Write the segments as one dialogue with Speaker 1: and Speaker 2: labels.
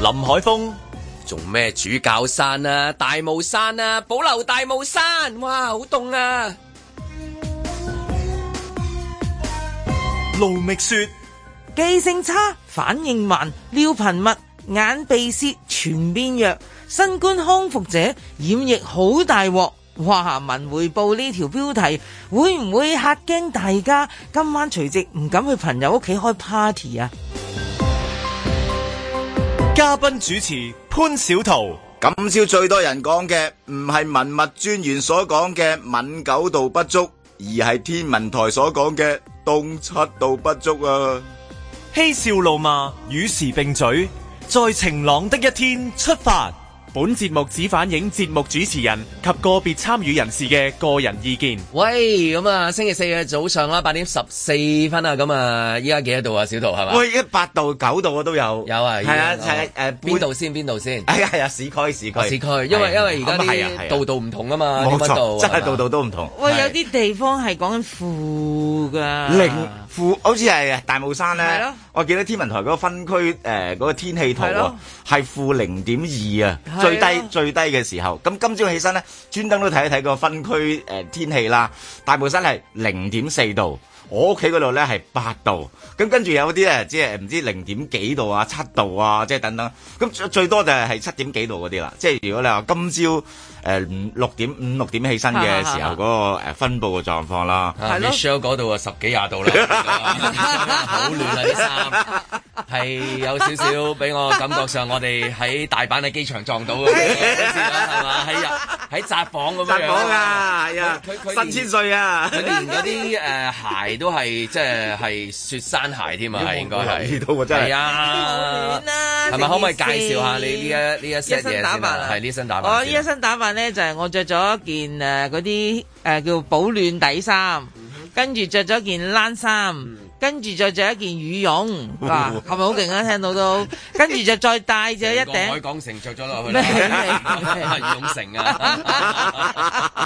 Speaker 1: 海峰。
Speaker 2: 做咩主教山啊、大霧山啊、保留大霧山，哇，好凍啊！
Speaker 1: 盧覓雪，
Speaker 3: 記性差、反應慢、尿頻密、眼鼻舌全面弱，新冠康復者染疫好大鑊。哇！文匯報呢條標題會唔會嚇驚大家？今晚除夕唔敢去朋友屋企開 party 啊！
Speaker 1: 嘉賓主持潘小桃，
Speaker 4: 今朝最多人講嘅唔係文物專員所講嘅敏感度不足，而係天文台所講嘅洞察度不足啊！
Speaker 1: 嬉笑怒罵，與時並舉，在晴朗的一天出發。
Speaker 5: 本節目只反映節目主持人及個別參與人士嘅個人意見。
Speaker 2: 喂，咁啊，星期四嘅早上啦，八點十四分啊，咁啊，依家幾多度啊？小桃係嘛？
Speaker 6: 喂，一八度九度啊都有，
Speaker 2: 有啊，
Speaker 6: 係啊，
Speaker 2: 已經
Speaker 6: 係誒
Speaker 2: 邊度先？邊度先？
Speaker 6: 係啊係啊，市區市區
Speaker 2: 市區，因為因為而家
Speaker 6: 係啊係啊
Speaker 2: 啲度度唔同啊嘛，
Speaker 6: 冇
Speaker 2: 啲溫度
Speaker 6: 錯，真係
Speaker 2: 嘛
Speaker 6: 度度都唔同。
Speaker 3: 喂，
Speaker 2: 係
Speaker 3: 有啲地方係講緊負噶，
Speaker 6: 零負好似係大帽山
Speaker 3: 係咯
Speaker 6: 咧，我記得天文台嗰個分區誒嗰個天氣圖
Speaker 3: 係咯
Speaker 6: 啊，係負零點二啊
Speaker 3: 係啊，
Speaker 6: 最低最低嘅時候。咁今朝起身咧，專登都睇一睇個分區誒天氣啦。大帽山係零點四度，我屋企嗰度咧係八度。咁跟住有啲咧，即係唔知零點幾度啊、七度啊，即係等等。咁最最多就係係七點幾度嗰啲啦。即係如果你話今朝誒五六點五六點起身嘅時候嗰個誒分佈嘅狀況啦。
Speaker 2: 啊
Speaker 3: 係咯
Speaker 2: Michelle 嗰度啊，十幾廿度 啦，好亂啊啲衫，係有少少俾我感覺上，我哋喺大阪嘅機場撞 到咁樣係嘛？喺入喺札幌咁樣。
Speaker 6: 實講！啊，係啊
Speaker 2: 佢佢，連
Speaker 6: 新千歲啊，
Speaker 2: 佢連嗰啲呃誒鞋都係即係係雪山鞋添啊，係應該係。
Speaker 6: 遇到喎真係
Speaker 2: 係
Speaker 3: 好
Speaker 2: 啊
Speaker 3: 暖！啦，
Speaker 2: 係咪可唔可以介
Speaker 3: 成件事
Speaker 2: 紹下你呢一呢一 set 嘢
Speaker 3: 一身
Speaker 2: 先
Speaker 3: 打
Speaker 2: 啊？
Speaker 3: 扮啊
Speaker 2: 係呢身打扮先啊。
Speaker 3: 我依一身打扮咧，就係、我着咗一件誒嗰啲誒叫保暖底衫，跟住着咗件冷衫，跟住再着一 件羽絨，哇，係咪好勁啊？聽到都，跟住就再戴咗一
Speaker 2: 成個海
Speaker 3: 頂。
Speaker 2: 港城着咗落去
Speaker 3: 咩
Speaker 2: 啦，
Speaker 3: 咩
Speaker 2: 羽絨城啊！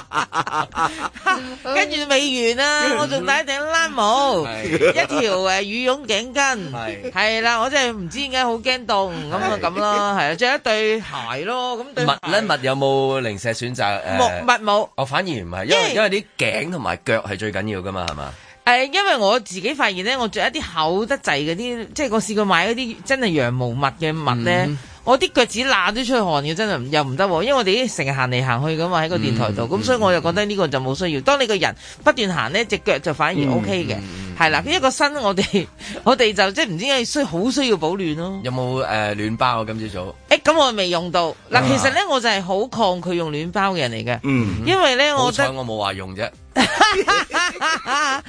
Speaker 3: 跟住未完啦，我仲戴一頂冷帽，
Speaker 2: 係
Speaker 3: 一條誒羽絨頸巾，
Speaker 2: 係
Speaker 3: 係啦，我真係唔知點解好驚凍，咁啊咁咯，係啊，着一對鞋咯，咁對
Speaker 2: 襪咧，襪有冇零舍選擇？誒
Speaker 3: 襪襪冇。
Speaker 2: 我反而唔係，因
Speaker 3: 因為
Speaker 2: 為因為啲頸同埋腳係最緊要噶嘛，係嘛？
Speaker 3: 誒、因為我自己發現咧，我着一啲厚得滯嗰啲，即係我試過買嗰啲真係羊毛襪嘅襪咧，
Speaker 2: 嗯
Speaker 3: 我啲腳趾罅都出汗嘅，真係又唔得喎。因為我哋成日行嚟行去噶嘛喺個電台
Speaker 2: 嗯
Speaker 3: 度，咁、所以我就覺得呢個就冇需要。當你個人不斷行呢，只腳就反
Speaker 2: 嗯
Speaker 3: 而 O K 嘅，係啦、一個身我哋 我哋就即係唔知點解需好需要保暖咯。
Speaker 2: 有冇誒暖包啊？今朝早
Speaker 3: 誒、咁我未用到
Speaker 2: 啊
Speaker 3: 嗱，其實咧我就係好抗拒用暖包嘅人嚟嘅，因為咧我
Speaker 2: 嗯好
Speaker 3: 覺
Speaker 2: 彩
Speaker 3: 得
Speaker 2: 我冇話用啫，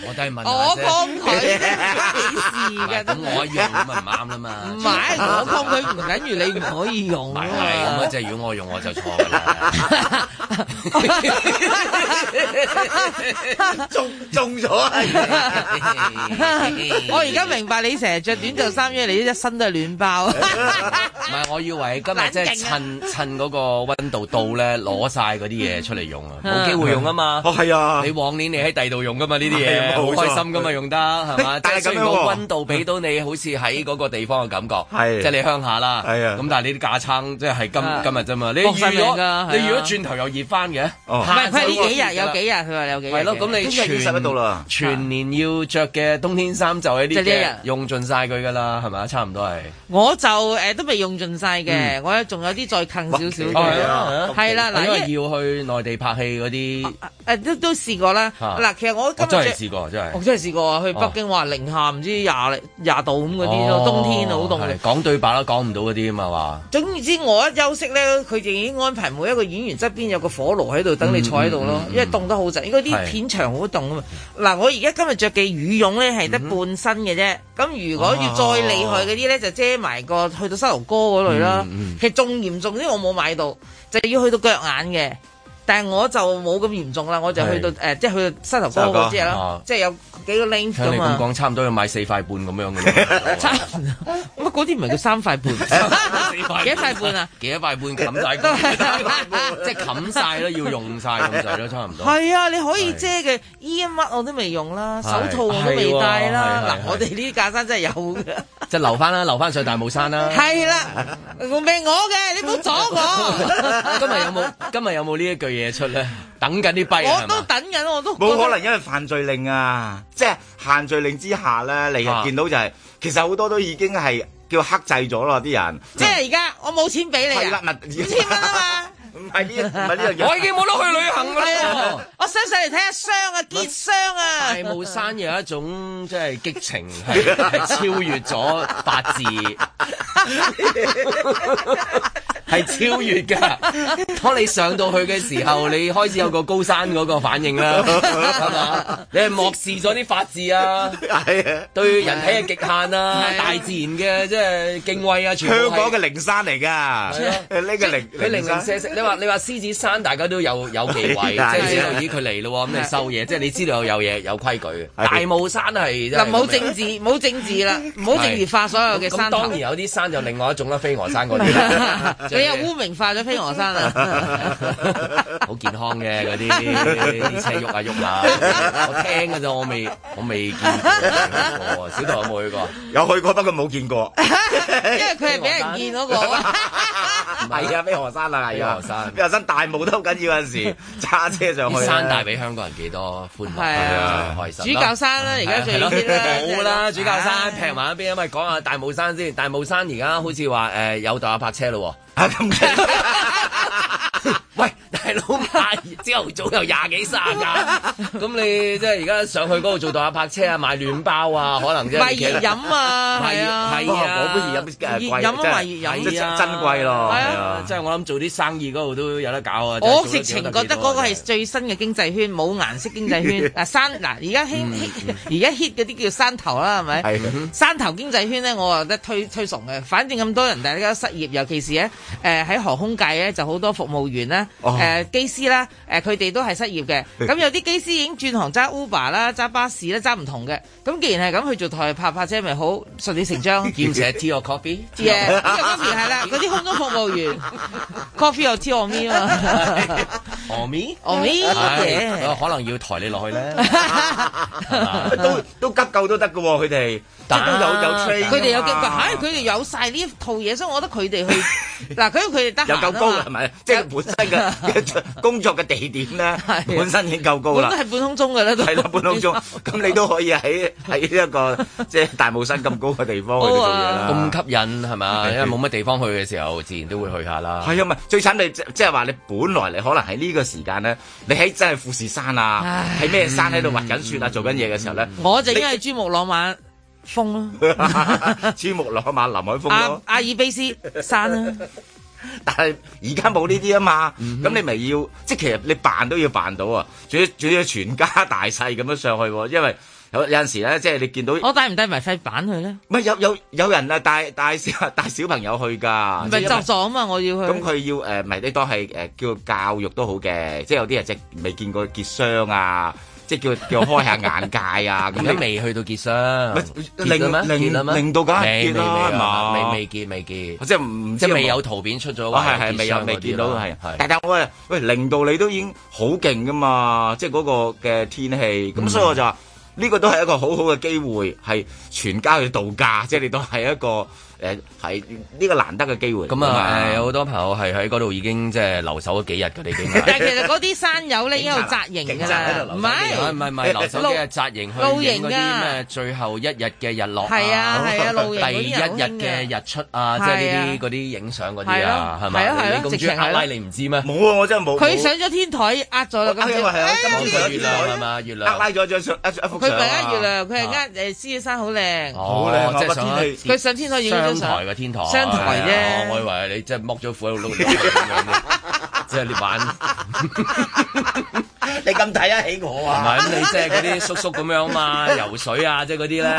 Speaker 2: 我都係問
Speaker 3: 我
Speaker 2: 下啫。啊
Speaker 3: 抗拒咩事 嘅
Speaker 2: 咁我一用咁咪唔啱啦嘛。
Speaker 3: 唔係，我抗拒唔緊要，你唔可以用啊
Speaker 2: 係係咁啊！
Speaker 3: 嘛。
Speaker 2: 即係如果我用我就錯㗎 啦。
Speaker 6: 中中咗啊！
Speaker 3: 我而家明白你成日着短袖衫，因為你一身都係 暖包。
Speaker 2: 唔係，我以為今日
Speaker 3: 啊
Speaker 2: 即係趁趁嗰個温度到咧，攞晒嗰啲嘢出嚟用啊，
Speaker 3: 嗯
Speaker 2: 冇機會用啊嘛。
Speaker 6: 哦，係啊
Speaker 2: 你，往年你喺第度用噶嘛呢啲
Speaker 6: 係
Speaker 2: 嘢，
Speaker 6: 啊
Speaker 2: 好
Speaker 6: 冇錯
Speaker 2: 開心噶嘛 用得係嘛？即
Speaker 6: 但
Speaker 2: 係
Speaker 6: 係
Speaker 2: 雖
Speaker 6: 咁樣
Speaker 2: 然個
Speaker 6: 喎
Speaker 2: 温度俾到你好似喺嗰個地方嘅感覺，
Speaker 6: 係
Speaker 2: 即係你鄉下啦，
Speaker 6: 係啊
Speaker 2: 咁但係你啲架撐即係今
Speaker 3: 啊
Speaker 2: 今日啫嘛，你
Speaker 3: 搏晒
Speaker 2: 預
Speaker 3: 命㗎係啊
Speaker 2: 咗你預咗轉頭又熱翻嘅，
Speaker 6: 哦
Speaker 3: 唔係，
Speaker 2: 下晝
Speaker 3: 佢係呢
Speaker 2: 嗰個
Speaker 3: 幾日
Speaker 2: 熱
Speaker 3: 有
Speaker 2: 啦
Speaker 3: 幾日，佢話有幾日。
Speaker 2: 係咯，咁你
Speaker 6: 今日已經
Speaker 2: 全
Speaker 6: 十一度啦啊
Speaker 2: 全年要着嘅冬天衫就喺呢
Speaker 3: 就呢一日
Speaker 2: 日用盡晒佢㗎啦，係咪啊？差唔多係。
Speaker 3: 我就誒都未用盡晒
Speaker 2: 嗯
Speaker 3: 嘅，我仲有啲再近少少
Speaker 2: 哦
Speaker 6: 哇
Speaker 3: 嘅
Speaker 6: 係。啊
Speaker 3: 係啦，
Speaker 2: 因為
Speaker 3: 嗱，一
Speaker 2: 要去內地拍戲嗰啲，
Speaker 3: 誒都都試過啦。
Speaker 2: 啊
Speaker 3: 嗱，其實我
Speaker 2: 我
Speaker 3: 今
Speaker 2: 真
Speaker 3: 日
Speaker 2: 係
Speaker 3: 着
Speaker 2: 試過，真
Speaker 3: 我
Speaker 2: 係。
Speaker 3: 真係試過啊，去北
Speaker 2: 哦
Speaker 3: 京話零下唔知廿零廿度咁嗰啲咯，冬天啊好凍嘅
Speaker 2: 哦係。講對白啦，講唔到嗰啲啊嘛話。
Speaker 3: 總之我一休息咧，佢就已經安排每一個演員側邊有個火爐喺度等你坐喺度咯，因為凍得好滯，因為啲
Speaker 2: 係
Speaker 3: 片場好凍啊嘛。嗱，我而家今日着嘅羽絨咧係得半身嘅啫，咁如果要再厲害嗰啲咧就遮埋個去嗯到膝頭哥嗰類啦。其實仲嚴重啲，我冇買到，就要去到腳眼嘅。但係我就冇咁嚴重啦，我就去到誒，即係去到膝頭哥嗰啲
Speaker 2: 啊
Speaker 3: 啦，即係有幾個 link
Speaker 2: 聽
Speaker 3: 噶
Speaker 2: 你咁
Speaker 3: 嘛。
Speaker 2: 講，差唔多要買四塊半咁樣嘅。
Speaker 3: 啊 差唔多啊乜嗰啲唔係叫 三塊半， 幾多塊半啊？
Speaker 2: 幾多塊半冚晒 佢， 即係冚晒啦，要用晒咁滯咯，差唔多。
Speaker 3: 係啊，你可以遮嘅衣乜我都未用啦，手
Speaker 2: 係
Speaker 3: 套我都未戴
Speaker 2: 係
Speaker 3: 啦。
Speaker 2: 係係
Speaker 3: 嗱，我哋呢啲架生真係有嘅。
Speaker 2: 即係留翻啦，留翻上大帽山啦。
Speaker 3: 係啦，個命我嘅，你唔好阻我。
Speaker 2: 今日有冇今日有冇呢一句嘢出咧？等緊啲跛啊
Speaker 3: 我
Speaker 2: 係
Speaker 3: 都
Speaker 2: 嘛？
Speaker 3: 等緊，我都
Speaker 6: 冇可
Speaker 3: 覺得
Speaker 6: 能，因為犯罪令啊，即係限聚令之下咧，你又
Speaker 2: 啊
Speaker 6: 見到就係、其實好多都已經係叫克制咗啦，啲人
Speaker 3: 即係而家我冇錢俾
Speaker 6: 係
Speaker 3: 你
Speaker 6: 啦
Speaker 3: 啊，，
Speaker 6: 物
Speaker 3: 五千蚊 啊嘛。
Speaker 6: 唔係呢唔係呢樣
Speaker 2: 我
Speaker 6: 嘢。
Speaker 2: 已經冇得去旅行
Speaker 3: 係
Speaker 2: 啦
Speaker 3: 啊。，我想上嚟睇下傷啊，結傷
Speaker 2: 大
Speaker 3: 啊。
Speaker 2: 霧山有一種即係激情，係係超越咗法治， 係超越㗎。當你上到去嘅時候，你開始有個高山嗰個反應啦，係嘛？你係漠視咗啲法治啊，
Speaker 6: 係啊，
Speaker 2: 對人體嘅極限啊，
Speaker 3: 係
Speaker 2: 大自然嘅即係敬畏啊，全部係
Speaker 6: 香港嘅靈山嚟㗎，呢個靈
Speaker 2: 佢零零
Speaker 6: 山
Speaker 2: 舍舍，你話你話獅子山大家都有 有忌
Speaker 6: 啊
Speaker 2: 諱，即係知道咦佢嚟咯喎，咁你收嘢，即係你知道有嘢有規矩嘅。
Speaker 6: 係
Speaker 2: 大霧山係真
Speaker 3: 嗱，
Speaker 2: 係咁樣
Speaker 3: 冇政治，冇政治啦，唔好政治化所有嘅
Speaker 2: 咁
Speaker 3: 山
Speaker 2: 當
Speaker 3: 頭，
Speaker 2: 然。有啲山就另外一種啦，飛鵝山嗰啲啦
Speaker 3: 你又污名化咗飛鵝山啊 啦，
Speaker 2: 好健康嘅嗰啲啲車喐啊喐啊，我聽嘅咋，我未我未見過喎。小童有冇去過？
Speaker 6: 有去過，不過冇見過。
Speaker 2: 哎
Speaker 3: 因為佢係俾人見嗰個。
Speaker 6: 唔係啊，飛河山啊，係啊，
Speaker 2: 飛鵝山
Speaker 6: 飛河山大霧都好緊 要，有陣時揸車上去
Speaker 2: 啲山帶俾香港人幾多歡樂，
Speaker 3: 係啊
Speaker 2: 開心
Speaker 3: 主
Speaker 2: 啦。
Speaker 3: 教山啦，而家最 hit 啦，
Speaker 2: 冇啦，主教山
Speaker 3: 唉
Speaker 2: 劈埋一邊，因為講下大帽山先。大帽山而家好似話誒有代客泊車咯
Speaker 6: 啊咁 嘅
Speaker 2: 喎。喂，大佬買朝頭早有廿幾卅架， 咁你即係而家上去嗰度做代客泊車啊，賣暖包啊， 可能即係
Speaker 3: 賣
Speaker 2: 你企喺
Speaker 3: 熱飲 啊，係啊，
Speaker 2: 係
Speaker 6: 哇
Speaker 2: 啊
Speaker 6: 嗰杯熱飲誒貴
Speaker 3: 熱飲啊
Speaker 6: 真係
Speaker 3: 埋熱飲
Speaker 6: 真真真貴咯，
Speaker 3: 係
Speaker 6: 係
Speaker 3: 啊
Speaker 6: 啊
Speaker 2: 即。係我諗做啲生意嗰度都有得搞啊！
Speaker 3: 我直情覺得嗰個係最新嘅經濟圈，冇顏色經濟 圈。嗱山嗱，而家
Speaker 6: 嗯
Speaker 3: hit hit- 而家 hit 嗰啲叫山頭啦，係咪？
Speaker 6: 係啊
Speaker 3: 山頭經濟圈咧，我覺得推推崇嘅。反正咁多人大家都失業，尤其是咧誒喺航空界咧，就好多服務員啦、誒、
Speaker 6: 哦嗯
Speaker 3: 機師啦，誒佢哋都係失業嘅。咁有啲機師已經轉行揸 Uber 啦、揸巴士啦、揸唔同嘅。咁既然係咁去做台拍泊車，咪好順理成 章。
Speaker 2: 兼且 tea or coffee。
Speaker 3: 嘅，呢個當然係啦，嗰啲空中服務員 coffee 又 tea 我咪嘛。
Speaker 2: 哦 咪，
Speaker 3: 我呢嘢，
Speaker 2: 可能要抬你落去咧。
Speaker 6: 都都急救都得㗎喎，佢哋即係都有有 train 㗎嘛
Speaker 3: 佢哋有嘅，唉，佢哋有晒呢套嘢，所以我覺得佢哋去嗱，佢佢哋得
Speaker 6: 又
Speaker 3: 閒
Speaker 6: 夠高
Speaker 3: 啊
Speaker 6: 係
Speaker 3: 嘛，
Speaker 6: 咪？即係本身 嘅嘅工作嘅地 點咧，本身已經夠高
Speaker 3: 我
Speaker 6: 啦
Speaker 3: 都。係半空中㗎啦，都
Speaker 6: 係啦，半空中，咁你都可以喺喺呢一個即係大帽山咁高嘅地方去做嘢啦。
Speaker 2: 咁吸引係嘛？因為冇乜地方去嘅時候，自然都會去下啦。
Speaker 6: 係啊，唔係最慘你即即係話你本來你可能喺呢個時間咧，你喺真係富士山啊，
Speaker 3: 唉
Speaker 6: 喺咩山喺度滑緊雪啊，做緊嘢嘅時候咧，
Speaker 3: 我就應該係珠穆朗瑪峰啦。
Speaker 6: 珠穆朗瑪林海峰
Speaker 3: 阿
Speaker 6: 咯。
Speaker 3: 阿爾卑斯山啦，
Speaker 6: 但係而家冇呢啲啊嘛，咁你咪要即係其實你扮都要扮到啊，仲要仲要全家大細咁樣上去喎，因為有有陣時咧，即係你見到
Speaker 3: 我帶唔帶埋塊板去咧？
Speaker 6: 唔係有有有人啊帶帶小 帶小朋友去㗎，
Speaker 3: 唔
Speaker 6: 即
Speaker 3: 係
Speaker 6: 係因為
Speaker 3: 就撞啊嘛，我要
Speaker 6: 咁
Speaker 3: 去。
Speaker 6: 佢要誒，唔係你當係誒叫教育都好嘅，即係有啲人即係未見過結霜啊，即係叫叫開下眼界 啊，咁
Speaker 2: 咁都
Speaker 6: 你
Speaker 2: 未去到結
Speaker 6: 咪
Speaker 2: 霜，結啦咩？
Speaker 6: 令
Speaker 2: 結啦咩？
Speaker 6: 令到梗啊係結
Speaker 2: 未
Speaker 6: 啦
Speaker 2: 未
Speaker 6: 係嘛
Speaker 2: 未未結未結，
Speaker 6: 即係唔
Speaker 2: 即
Speaker 6: 知
Speaker 2: 係
Speaker 6: 有
Speaker 2: 未
Speaker 6: 冇
Speaker 2: 有圖片出咗
Speaker 6: 哦，
Speaker 2: 話有
Speaker 6: 係係未
Speaker 2: 結
Speaker 6: 有
Speaker 2: 霜嗰啲啦。啊
Speaker 6: 未見到係，但
Speaker 2: 係
Speaker 6: 但我話喂令到你都已經好勁噶嘛，即係嗰個嘅天氣，咁所以我就話呢個都係一個好好嘅機會，係全家去度假，即係你都係一個誒係呢個難得嘅 機會。
Speaker 2: 咁啊誒，有好多朋友係喺嗰度已經即係留守咗幾日佢哋已經係。
Speaker 3: 但係其實嗰啲山友咧，已經有紮營㗎啦，唔
Speaker 2: 唔
Speaker 3: 係。
Speaker 2: 係唔係，留守嘅紮營去影嗰啲咩最後一日嘅日落
Speaker 3: 係啊係啊露營嗰
Speaker 2: 第一
Speaker 3: 啲人好興
Speaker 2: 日
Speaker 3: 嘅
Speaker 2: 嘅日出啊，即係呢啲嗰啲影相嗰啲啊，係咪？你咁中意拉你唔知 咩？
Speaker 6: 冇啊！我真係冇
Speaker 3: 佢上咗天台呃咗啦，
Speaker 6: 我
Speaker 3: 咁
Speaker 6: 呃因為係啊今日
Speaker 2: 望
Speaker 6: 我
Speaker 2: 住月亮係嘛？月
Speaker 6: 呃拉
Speaker 2: 亮
Speaker 6: 咗張相一一幅
Speaker 3: 佢
Speaker 6: 相
Speaker 3: 唔係
Speaker 6: 啊
Speaker 3: 呃月亮，佢係呃誒獅子山好靚。
Speaker 2: 即係上
Speaker 3: 佢上天台影咗張
Speaker 2: 商哦台
Speaker 3: 相，
Speaker 2: 嘅天台，我以為 你即係剝咗褲喺度撈，即係你玩
Speaker 6: 你咁睇得起我
Speaker 2: 唔
Speaker 6: 啊？
Speaker 2: 係咁，你即係嗰啲叔叔咁樣嘛，游水啊，即係嗰啲咧，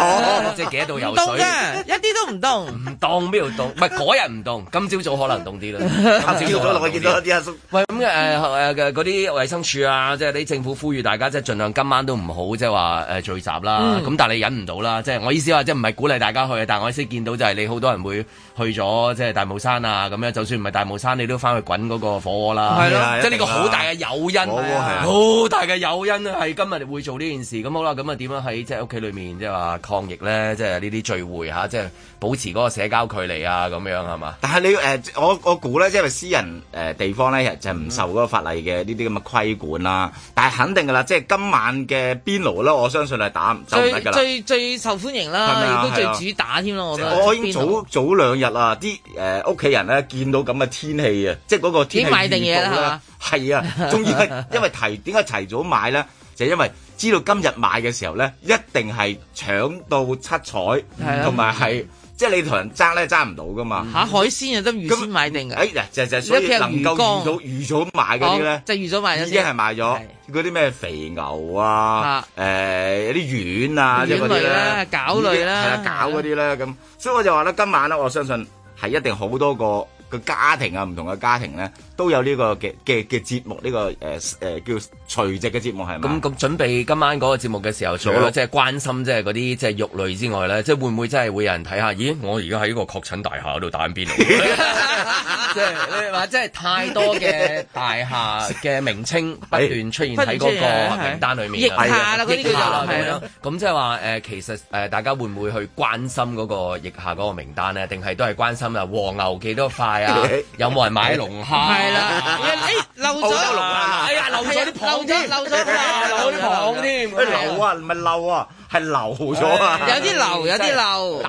Speaker 2: 即係幾多度
Speaker 3: 唔
Speaker 2: 游
Speaker 3: 凍
Speaker 2: 水？
Speaker 3: 㗎，一啲都唔凍。
Speaker 2: 唔凍邊度凍？唔係嗰日唔凍，今朝早可能凍啲啦。今
Speaker 6: 見
Speaker 2: 朝早
Speaker 6: 到
Speaker 2: 可能
Speaker 6: 我
Speaker 2: 凍
Speaker 6: 見
Speaker 2: 啲
Speaker 6: 到啲阿叔，
Speaker 2: 喂，咁誒誒嘅嗰啲衛生署啊，即係你政府呼籲大家即係盡量今晚都唔好即係話誒聚集啦。
Speaker 6: 嗯
Speaker 2: 咁、但係你忍唔到啦，即係我意思話即係唔係鼓勵大家去，但係我意思見到就係你好多人會去咗即係大帽山啊咁樣，就算唔係大帽山，你都翻去滾嗰個火鍋啦。
Speaker 6: 係咯
Speaker 2: 即係呢個好大嘅誘因，
Speaker 6: 火鍋係啊
Speaker 2: 好大嘅誘因係今日會做呢件事。咁好啦，咁啊點樣喺即係屋企裏面即係話抗疫咧？即係呢啲聚會嚇，即係保持嗰個社交距離啊咁樣係嘛？
Speaker 6: 但係你誒，我我估咧，因為私人誒地方咧就唔受嗰個法例嘅呢啲咁嘅規管啦。但係肯定㗎啦，即係今晚嘅邊爐咧，我相信係打唔走唔
Speaker 3: 最
Speaker 6: 得㗎啦。
Speaker 3: 最最受歡迎
Speaker 6: 係咪啊
Speaker 3: 啦，亦都
Speaker 6: 係啊
Speaker 3: 最主打添咯，我覺得。
Speaker 6: 我我已經
Speaker 3: 邊度
Speaker 6: 早早兩日啦，啲誒屋企人咧見到咁嘅天氣啊，即係嗰個天氣
Speaker 3: 已經買定嘢啦
Speaker 6: 預報咧，係啊， 仲要係因為提點解提早買咧，就因為知道今日買嘅時候咧，一定係搶到七彩，
Speaker 3: 啊
Speaker 6: 同埋係即係你同人爭咧爭唔到噶嘛。
Speaker 3: 嚇海鮮啊，都預先買定㗎。
Speaker 6: 誒嗱就就所以
Speaker 3: 一隻魚
Speaker 6: 能夠預到
Speaker 3: 缸
Speaker 6: 預早買嗰啲咧
Speaker 3: 哦。就預咗買咗
Speaker 6: 已經
Speaker 3: 先
Speaker 6: 係買咗嗰啲咩肥牛啊
Speaker 3: 啊，
Speaker 6: 誒啲丸啊，即係嗰啲
Speaker 3: 丸類啦
Speaker 6: 咧，
Speaker 3: 餃類啦
Speaker 6: 已經係啦，餃嗰啲啦咁，所以我就話咧，今晚咧，我相信係一定好多個個家庭啊，唔同嘅家庭咧，都有呢個嘅嘅嘅節目，呢個誒誒叫除夕嘅節目係咪？
Speaker 2: 咁咁準備今晚嗰個節目嘅時候，除
Speaker 6: 係咯
Speaker 2: 咗啊即係啊關心即係嗰啲即係肉類之外咧，即係會唔會真係會有人睇下？咦，我而家喺個確診大廈度打緊 邊爐，即係你話即係太多嘅大 廈嘅名稱不斷出現喺嗰個名單裏面啦，
Speaker 3: 逆下啦嗰啲叫
Speaker 2: 逆
Speaker 3: 做
Speaker 2: 下啦
Speaker 3: 係
Speaker 2: 咁樣
Speaker 3: 咯。
Speaker 2: 咁即係話誒，其實誒大家會唔會去關心嗰個疫下嗰個名單咧？定係都係關心啊和牛幾多塊 啊？有冇人買龍蝦？啊
Speaker 3: 係啦，誒漏咗，
Speaker 6: 好多龍啊
Speaker 2: 哎呀漏咗啲蚌
Speaker 3: 漏咗
Speaker 2: 添
Speaker 3: 漏咗
Speaker 2: 啊
Speaker 3: 漏
Speaker 2: 漏
Speaker 3: 咗
Speaker 2: 啲
Speaker 3: 漏
Speaker 2: 蚌
Speaker 3: 咗
Speaker 2: 添，
Speaker 6: 佢 流啊，唔係漏啊，係流咗啊！
Speaker 3: 有啲流，有啲流，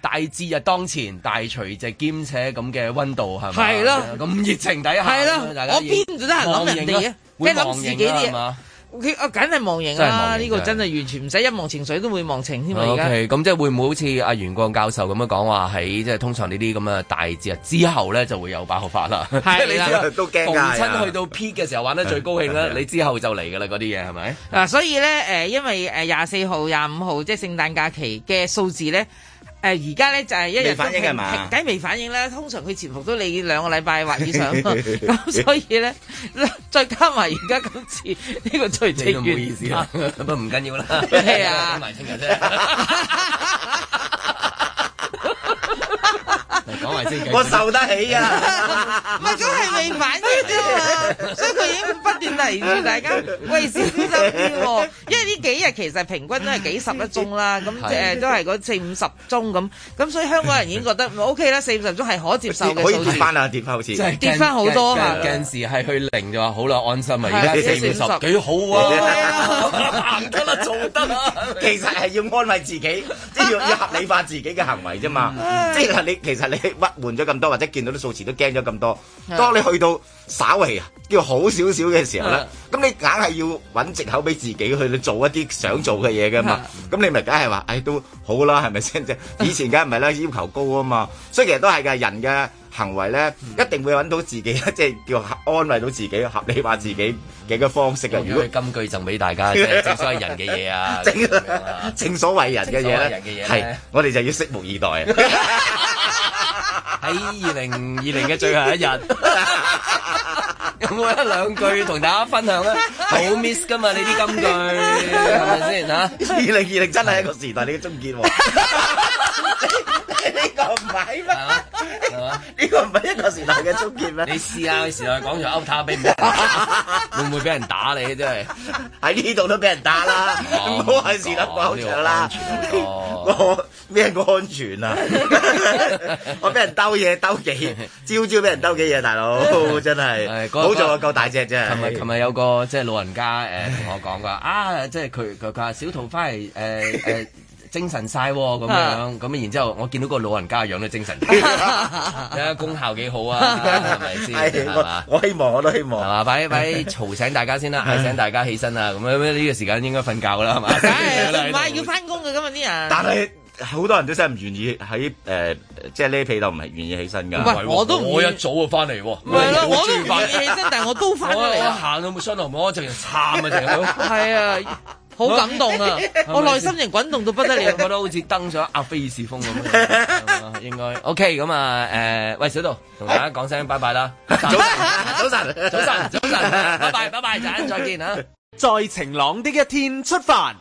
Speaker 2: 大大節日當前，大除夕兼且咁嘅温度係咪？
Speaker 3: 係咯
Speaker 2: 咁熱情底下，
Speaker 3: 係咯
Speaker 2: 大家
Speaker 3: 我邊度得閒諗人哋啊
Speaker 2: 忘形啦
Speaker 3: 梗係諗自己啲嘢
Speaker 2: 會忘形啦
Speaker 3: 佢啊，梗係忘形
Speaker 2: 真係忘
Speaker 3: 啦！
Speaker 2: 形
Speaker 3: 呢個
Speaker 2: 真
Speaker 3: 真
Speaker 2: 係
Speaker 3: 係完全唔使一忘情水都會忘情添啊！
Speaker 2: 係嘛
Speaker 3: 而家
Speaker 2: OK，咁即係會唔會好似阿袁國教授咁樣講話喺即係通常呢啲咁嘅大節日之後咧就會有爆發啦？
Speaker 3: 係啦
Speaker 2: 即係你知啦
Speaker 6: 都驚㗎
Speaker 2: 逢
Speaker 6: 係啊
Speaker 2: 親去到 peak 嘅時候玩得最高興啦，你之後就嚟㗎啦嗰啲嘢係咪？
Speaker 3: 嗱，所以咧誒，因為誒廿四號、廿五號即係聖誕假期嘅數字咧。誒而家咧就係一日
Speaker 6: 未
Speaker 3: 都
Speaker 6: 反應
Speaker 3: 平
Speaker 6: 係嘛
Speaker 3: 平梗係未反應啦。通常佢潛伏到你兩個禮拜或以上， 咁所以咧，再加埋而家今次呢個最
Speaker 2: 你
Speaker 3: 夕
Speaker 2: 都唔好意思啊啦，不過唔緊要啦，
Speaker 3: 係啊
Speaker 2: 講埋聽日啫。講埋先，繼續
Speaker 6: 我受得起啊！
Speaker 3: 唔係，咁係未反應啫嘛，所以佢已經不斷嚟住大家，喂，小心啲喎。因為呢幾日其實平均都係幾十一宗啦，咁
Speaker 2: 係
Speaker 3: 誒都係嗰四五十宗咁，咁所以香港人已經覺得 O K 啦，四五十宗係可接受嘅
Speaker 6: 可以
Speaker 3: 數
Speaker 6: 跌
Speaker 3: 字。
Speaker 6: 翻啊，跌翻好似
Speaker 2: 真係
Speaker 3: 跌返好多啊
Speaker 2: 近近時係去零就話好啦，安心啊！而家
Speaker 3: 係
Speaker 2: 四五
Speaker 3: 40
Speaker 2: 十幾好啊，行得啦，做得啦。
Speaker 6: 其實係要安慰自己，即係要要合理化自己嘅行為啫嘛。即係你其實你鬱悶咗咁多，或者見到啲數字都驚咗咁多。當你去到稍微叫好少少嘅時候咧，咁你硬係要揾藉口俾自己去做一啲想做嘅嘢噶嘛。咁你咪梗係話，唉都好啦，係咪先啫？以前梗係唔係啦，要求高啊嘛。所以其實都係嘅，人嘅行為咧，一定會揾到自己，即係叫安慰到自己、合理化自己嘅嘅方式嘅。如
Speaker 2: 如
Speaker 6: 果
Speaker 2: 果金句贈俾大 家，即係正所謂人嘅嘢 啊，
Speaker 6: 正
Speaker 2: 咁樣啊
Speaker 6: 正所謂人嘅嘢咧
Speaker 2: 正所謂人嘅嘢，咧
Speaker 6: 係我哋就要拭目以 待啊！
Speaker 2: 喺二零二零嘅最後一日，有冇一兩句同大家分享咧？好 miss 噶嘛，你啲金句係咪先嚇？
Speaker 6: 二零二零真係一個時代你嘅終 結喎。呢個唔係咩？
Speaker 2: 係嘛係嘛？
Speaker 6: 呢個唔係一個時代嘅終結咩？
Speaker 2: 你試下去時代廣場 out 塔哦俾唔 俾人打？會唔會俾人打你真係？
Speaker 6: 喺呢度都俾人打啦，唔好喺時代廣場啦。 我咩個安全啊？ 我俾人兜嘢兜 幾，朝朝俾人兜幾嘢，大佬真
Speaker 2: 係
Speaker 6: 係。
Speaker 2: 嗰
Speaker 6: 好在我夠大隻
Speaker 2: 琴日
Speaker 6: 啫。
Speaker 2: 琴日有個即係老人 家誒同我講噶，啊即係佢佢佢話小桃花係 誒誒精神晒喎咁
Speaker 3: 啊
Speaker 2: 樣，咁啊然之後我見到個老人家樣都精 神，睇下功效幾好啊，係咪先係
Speaker 6: 係
Speaker 2: 嘛？
Speaker 6: 我我希望我都希
Speaker 2: 係
Speaker 6: 望。
Speaker 2: 嘛？快啲快啲嘈醒大家先
Speaker 3: 嗯
Speaker 2: 啦，嗌醒大啊家起身啊！咁樣呢個時間應該瞓覺啦，係嘛？
Speaker 3: 梗係唔係要翻工嘅今日啲人，
Speaker 6: 但係好多人都真係唔願意喺誒，即係呢被度唔係願意起身㗎。
Speaker 3: 喂我都唔
Speaker 2: 我一早就翻嚟喎，
Speaker 3: 咪係咯，我都唔
Speaker 2: 翻
Speaker 3: 願意起身，但係我都翻咗
Speaker 2: 我
Speaker 3: 嚟啊
Speaker 2: 我
Speaker 3: 啦。
Speaker 2: 行到冇傷到我，直情喊啊，直情。
Speaker 3: 係啊，好感動啊！我內心仍滾動到不得
Speaker 2: 我
Speaker 3: 了。
Speaker 2: 覺得好似登咗阿菲爾士峰咁樣係嘛，應該 OK 咁啊誒，喂小杜，同大家講聲拜拜啦，早晨早晨早晨早晨，拜拜拜拜，陣間再見啊！
Speaker 7: 在晴朗的一天出發。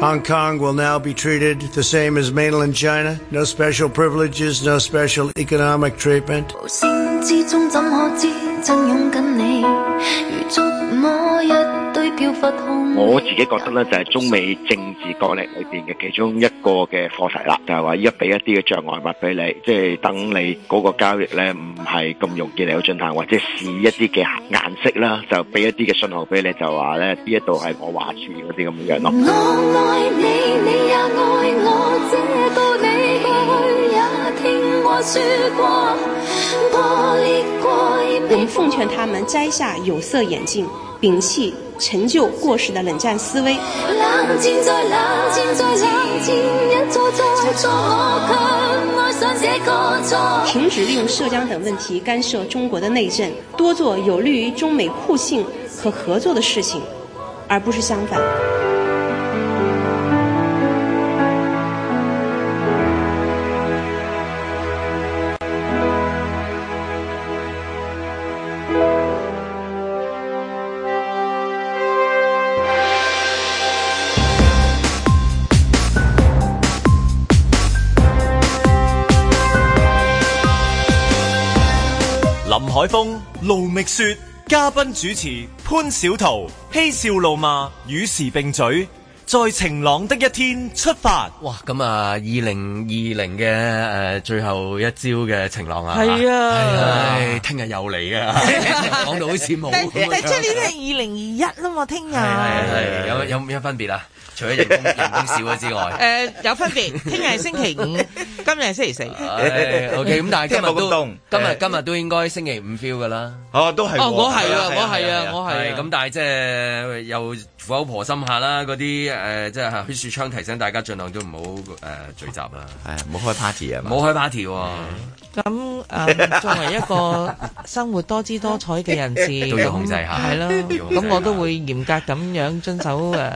Speaker 8: Hong Kong will now be treated the same as mainland China. No special privileges, no special economic treatment.
Speaker 9: 無聲之中怎可知真擁緊你？如捉摸一堆飄忽空。
Speaker 10: 我自己覺得咧，就係中美政治角力裏邊嘅其中一個嘅課題啦，就係話依家俾一啲嘅障礙物俾你，即係等你嗰個交易咧唔係咁容易嚟到進行，或者試一啲嘅顏色啦，就俾一啲嘅信號俾你，就話咧呢一度係我話事嗰啲咁樣咯。
Speaker 9: 我愛你，你也愛我，這道理過去也聽我說過，破裂過亦
Speaker 11: 我
Speaker 9: 被
Speaker 11: 们奉劝他们摘下有色眼镜，摒弃陈旧过时的冷战思维。
Speaker 9: 冷戰再冷戰再冷戰，一錯再錯，我卻愛上這個錯。
Speaker 11: 停止利用社交等问题干涉中国的内政，多做有利于中美互信和合作的事情，而不是相反。
Speaker 12: 林海峰、盧覓雪，嘉賓主持潘小桃，嬉笑怒罵，與時並舉，在晴朗的一天出發。
Speaker 2: 哇！咁啊，二零二零嘅誒最後一朝嘅晴朗啊，
Speaker 3: 係啊
Speaker 2: 唉，聽日又嚟啊，講到好似冇
Speaker 3: 但
Speaker 2: 咁樣。
Speaker 3: 但出年係二零二一啦嘛，聽日。
Speaker 2: 係係係有有咩分別啊？除咗人工人工少咗之外。
Speaker 3: 誒呃有分別， 聽日係星期五，今日係星期四。
Speaker 2: 唉 OK，咁但係今日
Speaker 6: 聽日冇咁
Speaker 2: 都
Speaker 6: 凍
Speaker 2: 今日今日都應該星期五 feel 噶啦，
Speaker 6: 哦，都係喎。
Speaker 3: 哦，我係啊，
Speaker 6: 係
Speaker 3: 我係
Speaker 6: 係
Speaker 3: 啊，我係
Speaker 2: 係
Speaker 3: 啊
Speaker 2: 咁，但係即係又苦口婆心下啦，嗰啲誒即係許樹昌提醒大家，盡量都唔好誒聚集啦，嗯
Speaker 6: 係唔好開 party 啊
Speaker 2: 唔
Speaker 6: 嘛。
Speaker 2: 好開 party 喎，
Speaker 3: 咁誒，作為一個生活多姿多彩嘅人士，
Speaker 2: 都要控制下
Speaker 3: 係
Speaker 2: 要
Speaker 3: 咯。
Speaker 2: 控制下
Speaker 3: 咁我都會嚴格咁樣遵守誒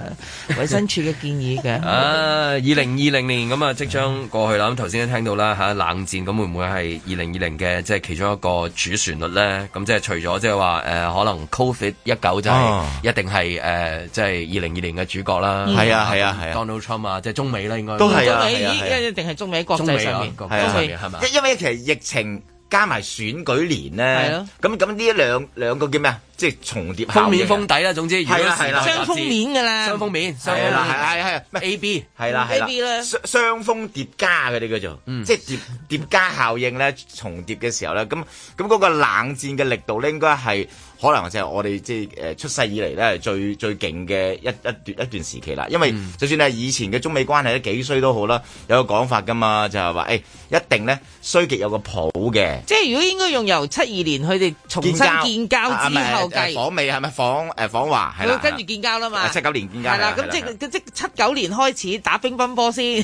Speaker 3: 衞生署嘅建議
Speaker 2: 啊，
Speaker 3: 嘅。
Speaker 2: 二零二零年咁啊，即將過去啦。咁頭先都聽到啦嚇，冷戰咁會唔會係二零二零嘅即係其中一個主旋律咧？咁即係除咗即係話誒，呃可能 Covid 一九就係
Speaker 6: 哦
Speaker 2: 一定係誒，即係二零二零嘅主角啦。
Speaker 6: 係啊係啊係啊
Speaker 2: Donald Trump 啊，即係中美啦，應該
Speaker 6: 都係
Speaker 3: 中
Speaker 6: 啊
Speaker 3: 美
Speaker 6: 係啊係啊
Speaker 3: 依一定係中美國
Speaker 2: 中美
Speaker 3: 際上面，
Speaker 2: 國
Speaker 3: 中
Speaker 2: 際上
Speaker 3: 美
Speaker 2: 面係嘛？啊
Speaker 6: 因因為其實疫情加埋選舉年
Speaker 3: 係啊
Speaker 6: 咧
Speaker 3: 咯，
Speaker 6: 咁咁呢兩兩個叫咩啊？即係重疊效
Speaker 2: 封面
Speaker 6: 應啊
Speaker 2: 封底啦，總之如果
Speaker 6: 係啦
Speaker 2: 時代
Speaker 6: 係啦
Speaker 2: 雜誌
Speaker 3: 雙封面㗎啦。
Speaker 2: 啊雙封面，雙
Speaker 6: 啊係
Speaker 2: 封
Speaker 6: 啦，
Speaker 2: 面
Speaker 6: 係係係，唔係
Speaker 2: A B
Speaker 6: 係啦係
Speaker 3: Maybe 咧
Speaker 6: 啦，雙雙峰疊加嘅呢叫做，即係疊疊加效應咧，重疊嘅時候咧，咁咁嗰個冷戰嘅力度咧，應該係可能就係我哋即係誒出世以嚟咧係最最勁嘅一一段一段時期啦。因為就算係以前嘅中美關係咧幾衰都好啦，有個講法噶嘛，就係話誒一定咧衰極有個譜嘅。
Speaker 3: 即係如果應該用由七二年佢哋重新建交
Speaker 6: 啊唔
Speaker 3: 之
Speaker 6: 係
Speaker 3: 後
Speaker 6: 誒
Speaker 3: 計，
Speaker 6: 訪美係咪訪誒啊訪華係
Speaker 3: 佢
Speaker 6: 啦，
Speaker 3: 跟住建交啦嘛。
Speaker 6: 七九年建交
Speaker 3: 係啦，咁即係即七九年開始打乒乓波 先，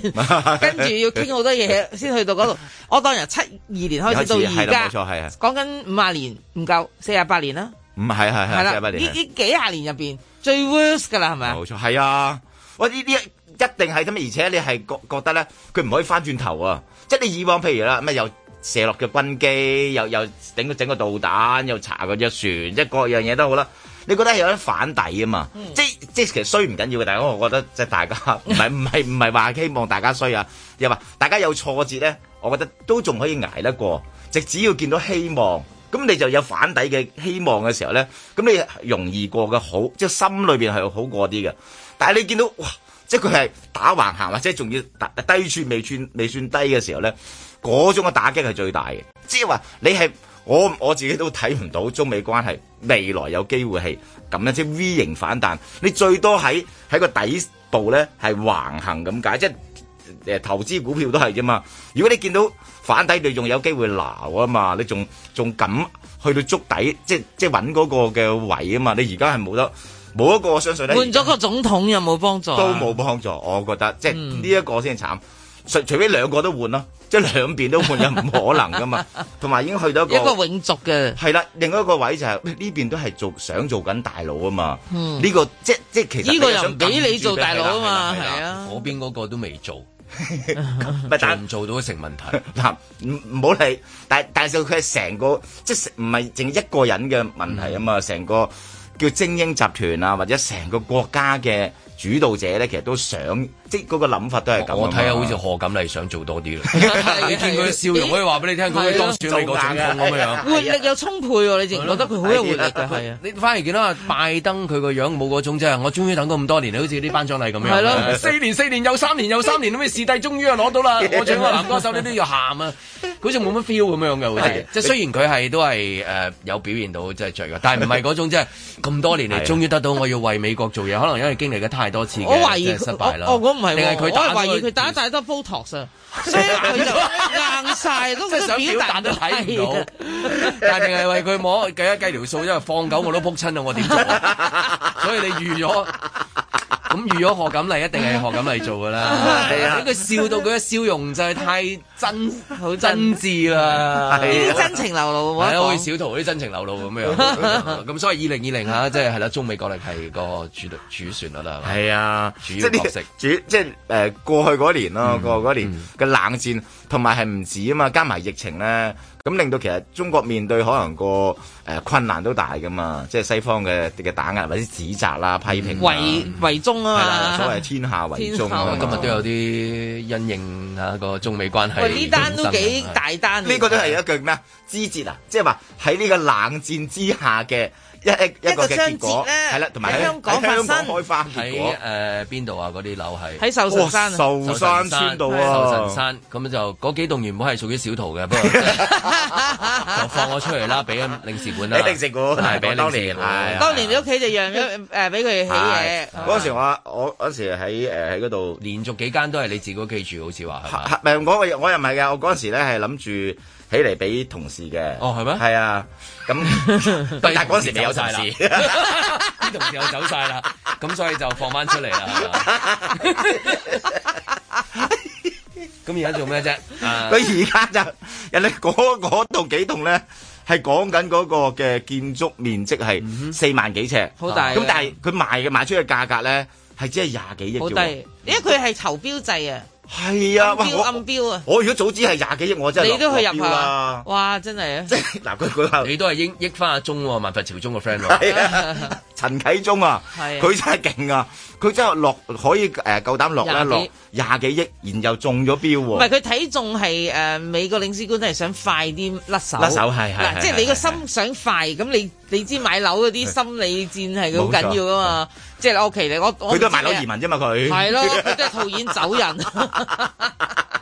Speaker 3: 跟住要傾好多嘢先去到嗰度。我當由七二年開始到而
Speaker 6: 係啦
Speaker 3: 家
Speaker 6: 冇，錯係係，
Speaker 3: 講緊五廿年唔夠，四廿八年啦，
Speaker 6: 唔係係
Speaker 3: 係
Speaker 6: 係
Speaker 3: 啦，
Speaker 6: 四八
Speaker 3: 呢
Speaker 6: 年係
Speaker 3: 呢幾廿年入邊最 worst 噶啦，係咪啊？
Speaker 6: 冇錯，係啊！喂，呢啲一定係咁，而且你係覺覺得咧，佢唔可以翻轉頭啊！即係你以往譬如啦，咩又射落嘅軍機，又又整個整個導彈，又查個隻船，即係各樣嘢都好啦。你覺得係有啲反底啊嘛？
Speaker 3: 嗯
Speaker 6: 即係即係其實衰唔緊要嘅，但係我覺得即係大家 唔係唔係唔係話希望大家衰啊，又話大家有挫折咧，我覺得都仲可以捱得過，直只要見到希望。咁你就有反底嘅希望嘅時候咧，咁你容易過嘅好，即係心裏邊係好過啲嘅。但係你見到哇，即係佢係打橫行或者仲要打低處未算未算低嘅時候咧，嗰種嘅打擊係最大嘅。即係話你係我我自己都睇唔到中美關係未來有機會係咁樣，即係 V 型反彈。你最多喺喺個底部咧係橫行咁解，即係。誒投資股票都係啫嘛。如果你見到反底，你仲有機會鬧啊嘛，你仲仲敢去到捉底，即即揾嗰個嘅位啊嘛。你而家係冇得冇一個我相信咧。
Speaker 3: 換咗個總統有冇幫助啊？嗯
Speaker 6: 都冇幫助，我覺得即係呢一個先慘。除除非兩個都換咯，即係兩邊都換又唔可能 噶嘛。同埋已經去到一個
Speaker 3: 一個永續嘅。
Speaker 6: 係啦，另外一個位就係喂呢邊都係做想做緊大佬啊嘛。
Speaker 3: 嗯
Speaker 6: 呢個即即其實
Speaker 3: 呢個
Speaker 6: 你
Speaker 3: 又
Speaker 6: 想
Speaker 3: 唔俾你
Speaker 6: 撳住
Speaker 3: 做
Speaker 6: 佢
Speaker 3: 大佬啊嘛，
Speaker 6: 係啦係啦係
Speaker 3: 係
Speaker 6: 啦
Speaker 3: 啊。
Speaker 2: 嗰邊嗰個都未做，
Speaker 6: 咪
Speaker 2: 做唔做到成問題。
Speaker 6: 嗱，唔唔好理，但但係佢係成個即係唔係淨一個人嘅問題啊嘛，
Speaker 3: 嗯
Speaker 6: 成、個叫精英集團啊，或者成個國家嘅主導者咧，其實都想即係嗰個諗法都係咁啊嘛。啊
Speaker 2: 我睇下好似賀錦麗想做多啲 啦。你見佢嘅笑容，可以話俾你聽，佢會當選美國總統咁樣樣。
Speaker 3: 活力又充沛喎，你自然覺得佢好有活力㗎，係啊。
Speaker 2: 你反而見到啊拜登佢個樣冇嗰種即係，我終於等咗咁多年，好似啲頒獎禮咁樣。
Speaker 3: 係咯
Speaker 2: 四年四年又三年又三年，咁嘅視帝終於啊攞到 啦！我獎個男歌手，你都要喊啊！好似冇乜 feel 咁樣嘅，好似
Speaker 6: 係
Speaker 2: 即係雖然佢係都係誒有表現到即係著嘅，但係唔係嗰種即係咁多年嚟
Speaker 6: 係
Speaker 2: 終於得到我要為美國做嘢，可能因為經歷咗太多次嘅
Speaker 3: 啊我懷疑
Speaker 2: 即係失敗啦。
Speaker 3: 我我唔係
Speaker 2: 定係
Speaker 3: 喎，
Speaker 2: 佢
Speaker 3: 我
Speaker 2: 打
Speaker 3: 係
Speaker 2: 咗
Speaker 3: 懷疑
Speaker 2: 個
Speaker 3: 佢打太多 Botox 啊，所以佢就硬晒，都啊
Speaker 2: 即係想
Speaker 3: 表
Speaker 2: 表達都睇唔到，但係定係為佢摸計一計條數，因為放狗我都撲親啦，我點做啊？所以你預咗，咁預咗何錦麗一定係何錦麗做㗎啦。
Speaker 6: 係啊
Speaker 2: 俾佢笑到佢嘅笑容就係太真好真摯啦，
Speaker 3: 呢啲真情流露冇
Speaker 2: 係
Speaker 3: 得
Speaker 2: 啊，好似
Speaker 3: 講。
Speaker 2: 小桃啲真情流露咁樣。咁所以二零二零嚇，即係係啦，中美角力係個主主旋律啦。係嘛
Speaker 6: 係啊，
Speaker 2: 主
Speaker 6: 即
Speaker 2: 要
Speaker 6: 係呢
Speaker 2: 角色
Speaker 6: 主即係誒過去嗰年咯，過去嗰年嘅冷戰同埋係唔止啊嘛，加埋疫情咧，咁令到其實中國面對可能個誒困難都大噶嘛，即係西方嘅嘅打壓或者指責啦、批評啦
Speaker 3: 圍圍中
Speaker 6: 係啦
Speaker 3: 嗯啊，
Speaker 6: 所
Speaker 3: 嘛
Speaker 6: 謂，天下為
Speaker 3: 天
Speaker 6: 中啊
Speaker 3: 下
Speaker 6: 嘛
Speaker 3: 為
Speaker 2: 今
Speaker 3: 中
Speaker 2: 日都有啲因應啊個中美關係。啊
Speaker 3: 喂呢單都幾大單嚟。
Speaker 6: 呢個都係一句咩啊？枝節啊，即係話喺呢個冷戰之下嘅一一
Speaker 3: 一
Speaker 6: 一個嘅結
Speaker 3: 個章節
Speaker 6: 果，
Speaker 3: 咧
Speaker 6: 係啦，同埋
Speaker 3: 喺香港
Speaker 6: 喺香
Speaker 3: 發
Speaker 6: 港
Speaker 3: 生
Speaker 6: 開花結
Speaker 2: 喺
Speaker 6: 果，
Speaker 2: 誒邊度啊？嗰啲樓係。
Speaker 3: 喺壽
Speaker 6: 哇
Speaker 3: 神山啊，
Speaker 6: 壽山村道啊，
Speaker 2: 壽神山咁就嗰幾棟原本係屬於小徒嘅，不 過就放我出嚟啦，俾領事館啦，
Speaker 6: 俾領事館
Speaker 2: 係啊俾領
Speaker 6: 當
Speaker 2: 事
Speaker 6: 年
Speaker 2: 館
Speaker 6: 係啊
Speaker 3: 當年你屋企就讓咗誒俾佢起嘢
Speaker 6: 係。嗰陣時我我嗰陣時喺誒喺嗰度，
Speaker 2: 連續幾間都係你自己屋企住，好似話係嘛？
Speaker 6: 唔係我我又唔係㗎，我嗰陣時咧係諗住起嚟俾同事嘅。
Speaker 2: 哦係咩
Speaker 6: 係啊， 咁 但係嗰陣時未 有同
Speaker 2: 啲
Speaker 6: 事。
Speaker 2: 同事又走晒啦，咁所以就放翻出嚟啦。係嘛咁而家做咩啫？啊
Speaker 6: 佢而家就人哋嗰嗰度幾棟咧，係講緊嗰個嘅建築面積係四萬幾尺，
Speaker 3: 好大嘅
Speaker 6: 咁但係佢賣嘅賣出去嘅價格咧，係只係廿幾億
Speaker 3: 好
Speaker 6: 啫
Speaker 3: 低
Speaker 6: 喎。，
Speaker 3: 因為佢係投標制啊，
Speaker 6: 係啊，
Speaker 3: 暗
Speaker 6: 哇！
Speaker 3: 標暗
Speaker 6: 我
Speaker 3: 標啊，
Speaker 6: 我如果早知係廿幾億，我真係
Speaker 3: 你都去
Speaker 6: 落
Speaker 3: 入
Speaker 6: 標
Speaker 3: 啊
Speaker 6: 啦！。
Speaker 3: 哇，真係啊！
Speaker 6: 即係 嗱，佢佢話
Speaker 2: 你都係益益翻阿鐘喎，萬佛朝宗嘅 friend 喎。
Speaker 6: 係啊，陳啟宗啊，
Speaker 3: 係啊
Speaker 6: 佢真係勁啊！佢真係落可以誒夠膽落啦，
Speaker 3: 廿幾
Speaker 6: 落廿幾億，然後中咗標
Speaker 3: 唔係。
Speaker 6: 喎
Speaker 3: 佢睇中係誒、呃美國領事館都係想快啲甩手，
Speaker 6: 甩手係係
Speaker 3: 嗱，
Speaker 6: 係
Speaker 3: 即係你個
Speaker 6: 係
Speaker 3: 心想快，咁你你知買樓嗰啲心理戰係好緊要噶嘛？即係我其你我我
Speaker 6: 佢都係賣
Speaker 3: 唔知
Speaker 6: 樓
Speaker 3: 你
Speaker 6: 移民啫嘛，佢
Speaker 3: 係咯，佢都係套現走人，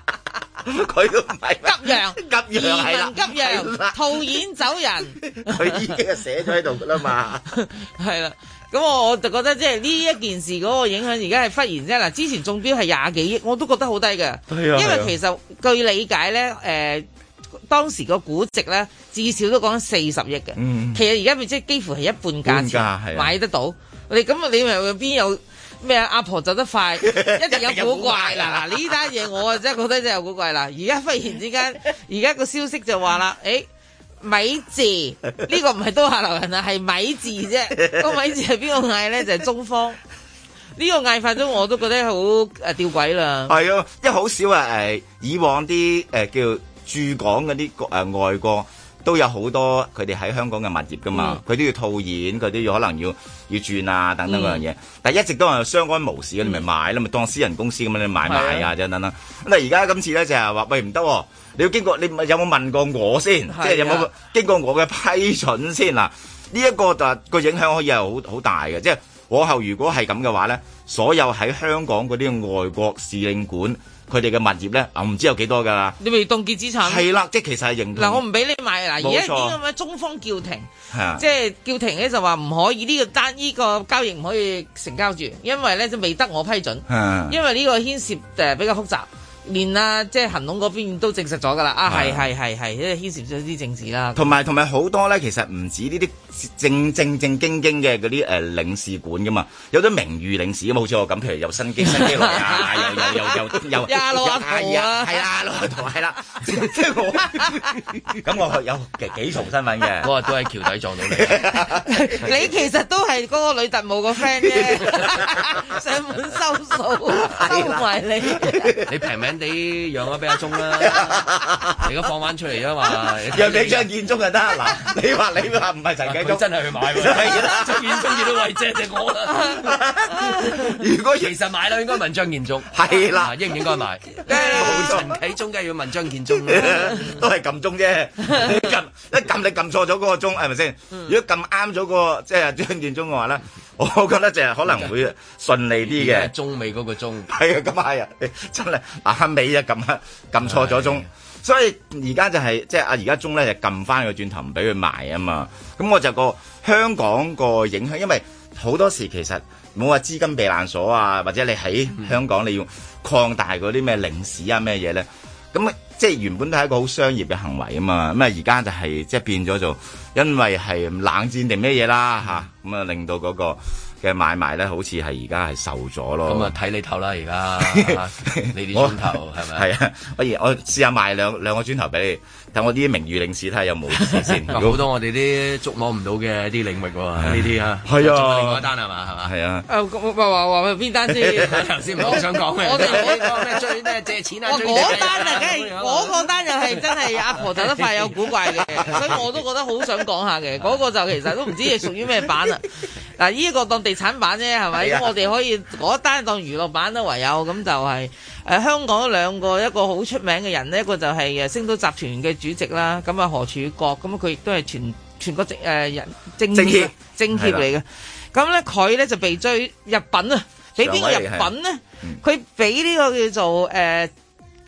Speaker 6: 佢都唔係
Speaker 3: 急讓
Speaker 6: 急讓係啦，
Speaker 3: 移民急
Speaker 6: 係
Speaker 3: 讓，
Speaker 6: 啦
Speaker 3: 套現走人，
Speaker 6: 佢已經係寫咗喺度噶啦嘛。
Speaker 3: 係啦。咁我我就覺得即係呢一件事嗰個影響，而家係忽然之間嗱，之前中標係廿幾億，我都覺得好低嘅，
Speaker 6: 係啊
Speaker 3: 因為其實據理解咧，誒、當時個估值咧至少都講緊四十億嘅，
Speaker 6: 嗯
Speaker 3: 其實而家咪即係幾乎係一半價錢
Speaker 6: 半價係啊
Speaker 3: 買得到，你咁啊你咪邊有？咩啊？阿婆走得 快，一定有古怪啦！嗱，呢單嘢我啊真係覺得真係有古怪啦！而家忽然之間，而家個消息就話啦，誒、米 字呢、個唔係都下流人啊，係米字 啫。個米字係邊個嗌咧？就係、中方呢、個嗌法都我都覺得好誒吊鬼啦。
Speaker 6: 係啊，因為好少啊誒，以往啲誒叫駐港嗰啲國誒外國都有好多佢哋喺香港嘅物業噶嘛，佢、都要套現，佢都要可能要要轉啊等等嗰樣嘢，但係一直都係相安無事嘅，你咪買啦，咪當私人公司咁樣你買賣啊等等啦。咁但係而家今次咧就係話喂唔得喎。你要經過，你咪有冇問過我先？
Speaker 3: 係啊
Speaker 6: 即係有冇經過我嘅批准先嗱？呢一個就個影響可以係好好大嘅，即係往後如果係咁嘅話咧，所有喺香港嗰啲外國使領館佢哋嘅物業咧，啊唔知有幾多㗎啦，
Speaker 3: 你咪凍結資產。
Speaker 6: 係啦，即係其實係認同
Speaker 3: 嗯嗱，我唔俾你買嗱，而家已經
Speaker 6: 冇錯
Speaker 3: 咁樣中方叫停，
Speaker 6: 係啊
Speaker 3: 即係叫停咧就話唔可以呢、個單呢、個交易唔可以成交住，因為咧就未得我批准，
Speaker 6: 啊
Speaker 3: 因為呢個牽涉誒比較複雜。面啊，即係恒隆嗰邊都證實咗㗎啦。啊，係
Speaker 6: 係啊
Speaker 3: 係係係，因為牽涉咗啲政治啦。
Speaker 6: 同埋同埋好多咧，其實唔止呢啲正正正經經嘅嗰啲誒領事館噶嘛，有啲名譽領事噶嘛，好似我咁，譬如 有新基新基羅啊，又又又又又
Speaker 3: 有阿老阿婆啊，
Speaker 6: 係啊，老阿婆係啦， 即係我咁我有幾幾重 身份嘅，
Speaker 2: 我都喺橋底撞到你，
Speaker 3: 你其實都係嗰個女特務個 friend 啫，上門收數，收埋你。
Speaker 2: 你平平地讓咗俾阿鐘 啦，你而家放翻出嚟啊嘛，
Speaker 6: 讓俾張建中就得嗱，你話你話唔係陳繼
Speaker 2: 佢
Speaker 6: 忠，
Speaker 2: 真係去買喎，張建中見到為借借我啦。
Speaker 6: 如果
Speaker 2: 其實買啦，應該問張建中，
Speaker 6: 係啦
Speaker 2: 啊應唔應該買？冇陳啟中梗係要問張建中啦。
Speaker 6: 都係撳鐘啫，你撳一撳你撳錯咗嗰個鐘係咪先？如果撳啱咗個即係張建宗嘅話咧，我覺得就係可能會順利啲
Speaker 2: 而家
Speaker 6: 嘅
Speaker 2: 係。中美嗰個中，
Speaker 6: 係啊，咁係啊，真係阿美啊撳啊撳錯咗鐘，所以而家就係即係啊阿而家鐘咧就撳翻個轉頭唔俾佢賣啊嘛。咁我就個香港個影響，因為好多時其實冇話資金避難所啊，或者你喺
Speaker 2: 嗯
Speaker 6: 香港你要擴大嗰啲咩領事啊咩嘢咧，咁啊即係原本都係一個好商業嘅行為啊嘛。咁啊而家就係、即係變咗做因為係冷戰定咩嘢啦吓，咁啊令到嗰、個。嘅買賣咧，好似係而家係受咗咯。
Speaker 2: 咁啊睇你頭啦，而家 你啲磚頭係咪？
Speaker 6: 係啊，我而我試下賣兩兩個磚頭俾你，等我啲名譽領事睇下有冇事 先。
Speaker 2: 咁好多我哋啲捉摸唔到嘅啲領域喎，呢啲啊，
Speaker 6: 係啊
Speaker 2: 仲有另外一單係嘛係嘛，
Speaker 6: 係啊，
Speaker 3: 誒，咁話話話邊單先？
Speaker 2: 頭先唔係好想講嘅
Speaker 3: 我哋呢
Speaker 2: 咩追咩借錢啊
Speaker 3: 我
Speaker 2: 追
Speaker 3: 嗰單啊，梗係嗰個單又係真係阿婆走得快有古 怪嘅，所以我都覺得好想講下嘅。嗰、個就其實都唔知係屬於咩版啦。嗱，呢個當地產版啫，係咪？
Speaker 6: 係啊
Speaker 3: 咁我哋可以嗰單當娛樂版啦，唯有咁就係、誒香港兩個一個好出名嘅人呢，一個就係誒呃星島集團嘅主席啦，咁啊何柱國，咁佢亦都係全全國政誒人政
Speaker 6: 政
Speaker 3: 協
Speaker 6: 協
Speaker 3: 政協嚟嘅。咁咧佢咧就被追入品啊，俾邊個入品咧？佢俾呢個叫做誒、呃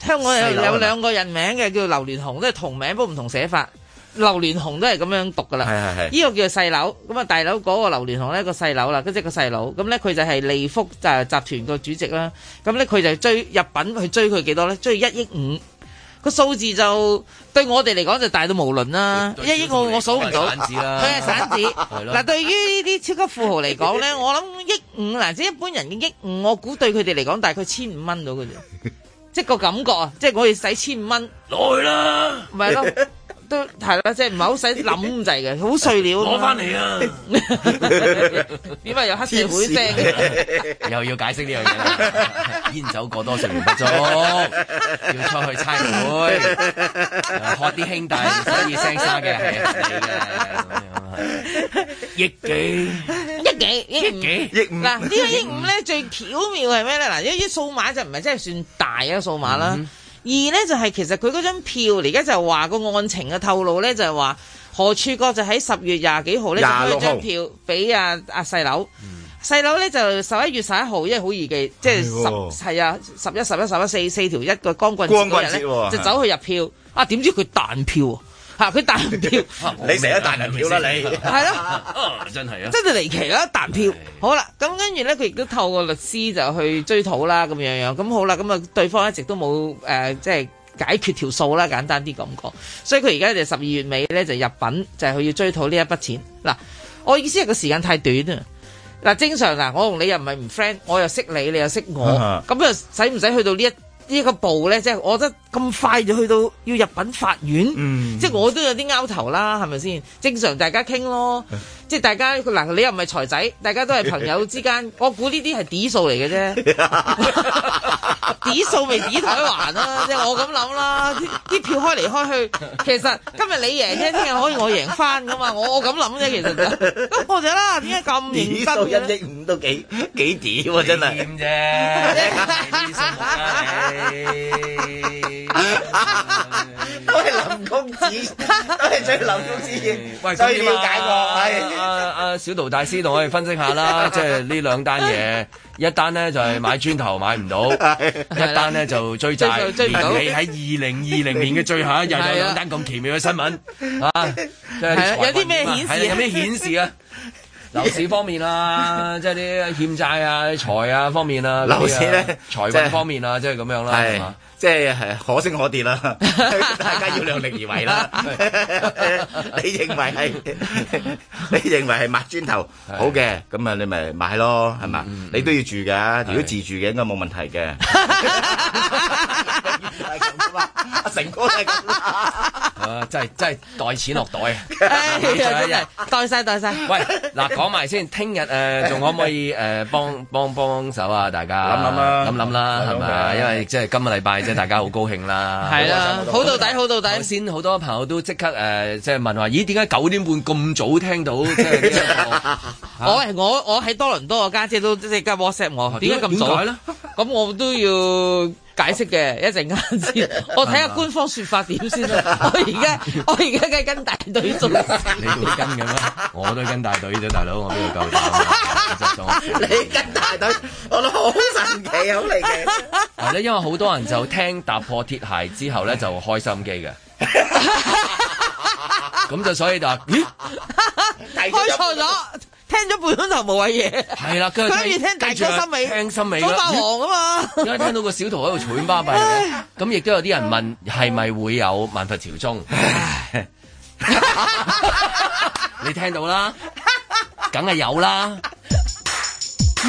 Speaker 3: 香港
Speaker 6: 細
Speaker 3: 有有
Speaker 6: 佬係咪
Speaker 3: 兩個人名嘅叫榴蓮紅，都係同名不過唔同寫法。榴蓮紅都係咁樣讀噶啦，
Speaker 6: 係係係
Speaker 3: 呢個叫做細佬，咁啊大佬嗰個榴蓮紅咧個細佬啦，跟住個細佬，咁咧佢就係利福就集團個主席啦，咁咧佢就追入品去追佢幾多咧？追一億五，個數字就對我哋嚟講就大到無倫啦，
Speaker 2: 對
Speaker 3: 一億我我數唔到。
Speaker 2: 散紙啦，
Speaker 3: 佢係散紙。
Speaker 2: 係咯
Speaker 3: 嗱，對於呢啲超級富豪嚟講咧，我諗億五嗱，即係一般人嘅億五，我估對佢哋嚟講大概千五蚊到嘅啫，即係個感覺啊，即係我哋使千五蚊，
Speaker 2: 攞去啦，
Speaker 3: 咪係咯，都係啦，即係唔係好使諗咁滯嘅，好碎料。
Speaker 2: 攞翻嚟啊！
Speaker 3: 點解有黑社會聲 嘅？
Speaker 2: 又要解釋呢樣嘢啦，煙酒過多食唔不足，要出去差會，喝啲兄弟，所以聲沙嘅係合理嘅咁樣係，億幾
Speaker 3: 一幾一五
Speaker 2: 幾
Speaker 6: 億五
Speaker 3: 嗱，呢個億五咧最巧妙係咩咧？嗱，因為啲數碼就唔係真係算大嘅數碼
Speaker 6: 嗯
Speaker 3: 啦。二咧就係其實佢嗰張票，而家就話個案情嘅透露咧就係話何柱國就喺十月廿幾號咧就
Speaker 6: 廿
Speaker 3: 開
Speaker 6: 六號嗯
Speaker 3: 張票俾阿阿細佬。細佬咧就十一月十一號，因為好易記，即係十係啊十一十一十一四四條一個光棍節
Speaker 6: 光棍
Speaker 3: 嗰日咧
Speaker 6: 節喎
Speaker 3: 就走去入票啊！點知佢彈票喎嚇，佢彈票
Speaker 6: 你成日彈人票啦你
Speaker 3: 係咯。
Speaker 2: 啊真係啊！
Speaker 3: 真係離奇啦，彈票。好啦，咁跟住咧，佢亦都透過律師就去追討啦，咁樣樣。咁好啦，咁啊，對方一直都冇誒、呃即係解決條數啦，簡單啲咁講。所以佢而家就十二月尾咧就入稟，就係佢要追討呢一筆錢。嗱，我意思係個時間太短啊。嗱，正常嗱，我同你又唔係唔 friend，我又識你，你又識
Speaker 6: 啊
Speaker 3: 我，咁又使唔使去到呢一？呢個步咧，即係我覺得咁快就去到要入稟法院，
Speaker 6: 嗯
Speaker 3: 即係我都有啲拗頭啦，係咪先？正常大家傾 咯，即係大家嗱，你又唔係財仔，大家都係朋友之 間，我估呢啲係底數嚟嘅啫，底數咪底台還啦，即係我咁諗啦，啲啲票開嚟開去， 其實今日你贏啫，聽日可以我贏翻噶嘛，我我咁諗啫，其實就咁我就啦，點解咁認
Speaker 6: 點
Speaker 3: 真 嘅
Speaker 6: 數一
Speaker 3: 咧？
Speaker 6: 億五都幾幾點喎真係。
Speaker 2: 點啫？你啲數目啊你
Speaker 6: 都係林公子，都係追林公子，所
Speaker 2: 咁
Speaker 6: 以
Speaker 2: 點
Speaker 6: 了
Speaker 2: 啊
Speaker 6: 解我。
Speaker 2: 阿
Speaker 6: 係
Speaker 2: 阿小杜大師同我哋分析下 啦，即係呢兩單嘢，一單呢就係買磚頭買唔 到，一單呢就追債，
Speaker 3: 追唔到
Speaker 2: 連你喺二零二零年嘅最後一日有
Speaker 3: 係啊
Speaker 2: 兩單咁奇妙嘅新聞啊！係
Speaker 3: 係啊有啲咩顯示啊
Speaker 2: 有咩顯示啊？樓市方面啊，即係啲欠債啊、財啊方面啊，
Speaker 6: 樓市呢
Speaker 2: 嗰啲啊財
Speaker 6: 即係
Speaker 2: 運方面啊，即係咁樣啦，係
Speaker 6: 係
Speaker 2: 嘛？
Speaker 6: 即係係可升可跌啦， 大家要量力而為 啦。你認為係 你認為係抹磚頭好嘅，咁啊你咪買咯，係
Speaker 3: 嗯
Speaker 6: 嘛？你都要住㗎，如果自住嘅應該冇問 題嘅。阿成哥係咁
Speaker 2: 啊，真係真係袋錢落袋 啊！
Speaker 3: 唉哎真係袋晒袋晒。
Speaker 2: 哎喂，嗱，講埋先，聽日誒仲可唔可以誒幫幫幫手啊？大家
Speaker 6: 諗諗啦
Speaker 2: 諗諗啦，係咪？因為即係今個禮拜即係大家好高興啦，
Speaker 3: 係啦，好到底好到底。
Speaker 2: 先好多朋友都即刻誒，即係問話，咦？點解九點半咁早聽到？即係呢一個
Speaker 3: 我係我我喺多倫多，我家姐都即刻 WhatsApp 我，點解咁
Speaker 2: 啊點
Speaker 3: 早
Speaker 2: 解咧？
Speaker 3: 咁我都要解釋 嘅，一陣間先，我睇下官方説法點先啦。我而家我而家梗係跟大隊 做事。
Speaker 2: 你都跟嘅咩？我都跟大隊啫，大佬，我邊度夠膽啊？執咗。
Speaker 6: 你跟大隊，我都好神奇，好 離奇。
Speaker 2: 係咧，因為好多人就聽踏破鐵鞋之後咧，就開心機 嘅。咁就所以就話，咦？
Speaker 3: 開錯咗，聽咗半鐘頭冇謂嘢。
Speaker 2: 係啦，跟住
Speaker 3: 佢諗住聽大哥心尾，
Speaker 2: 聽心尾
Speaker 3: 早
Speaker 2: 啦
Speaker 3: 霸王啊嘛。
Speaker 2: 因為聽到個小徒喺度喘巴閉嘅，咁亦都有啲人問係咪會有萬佛朝宗？你聽到啦，梗係有啦。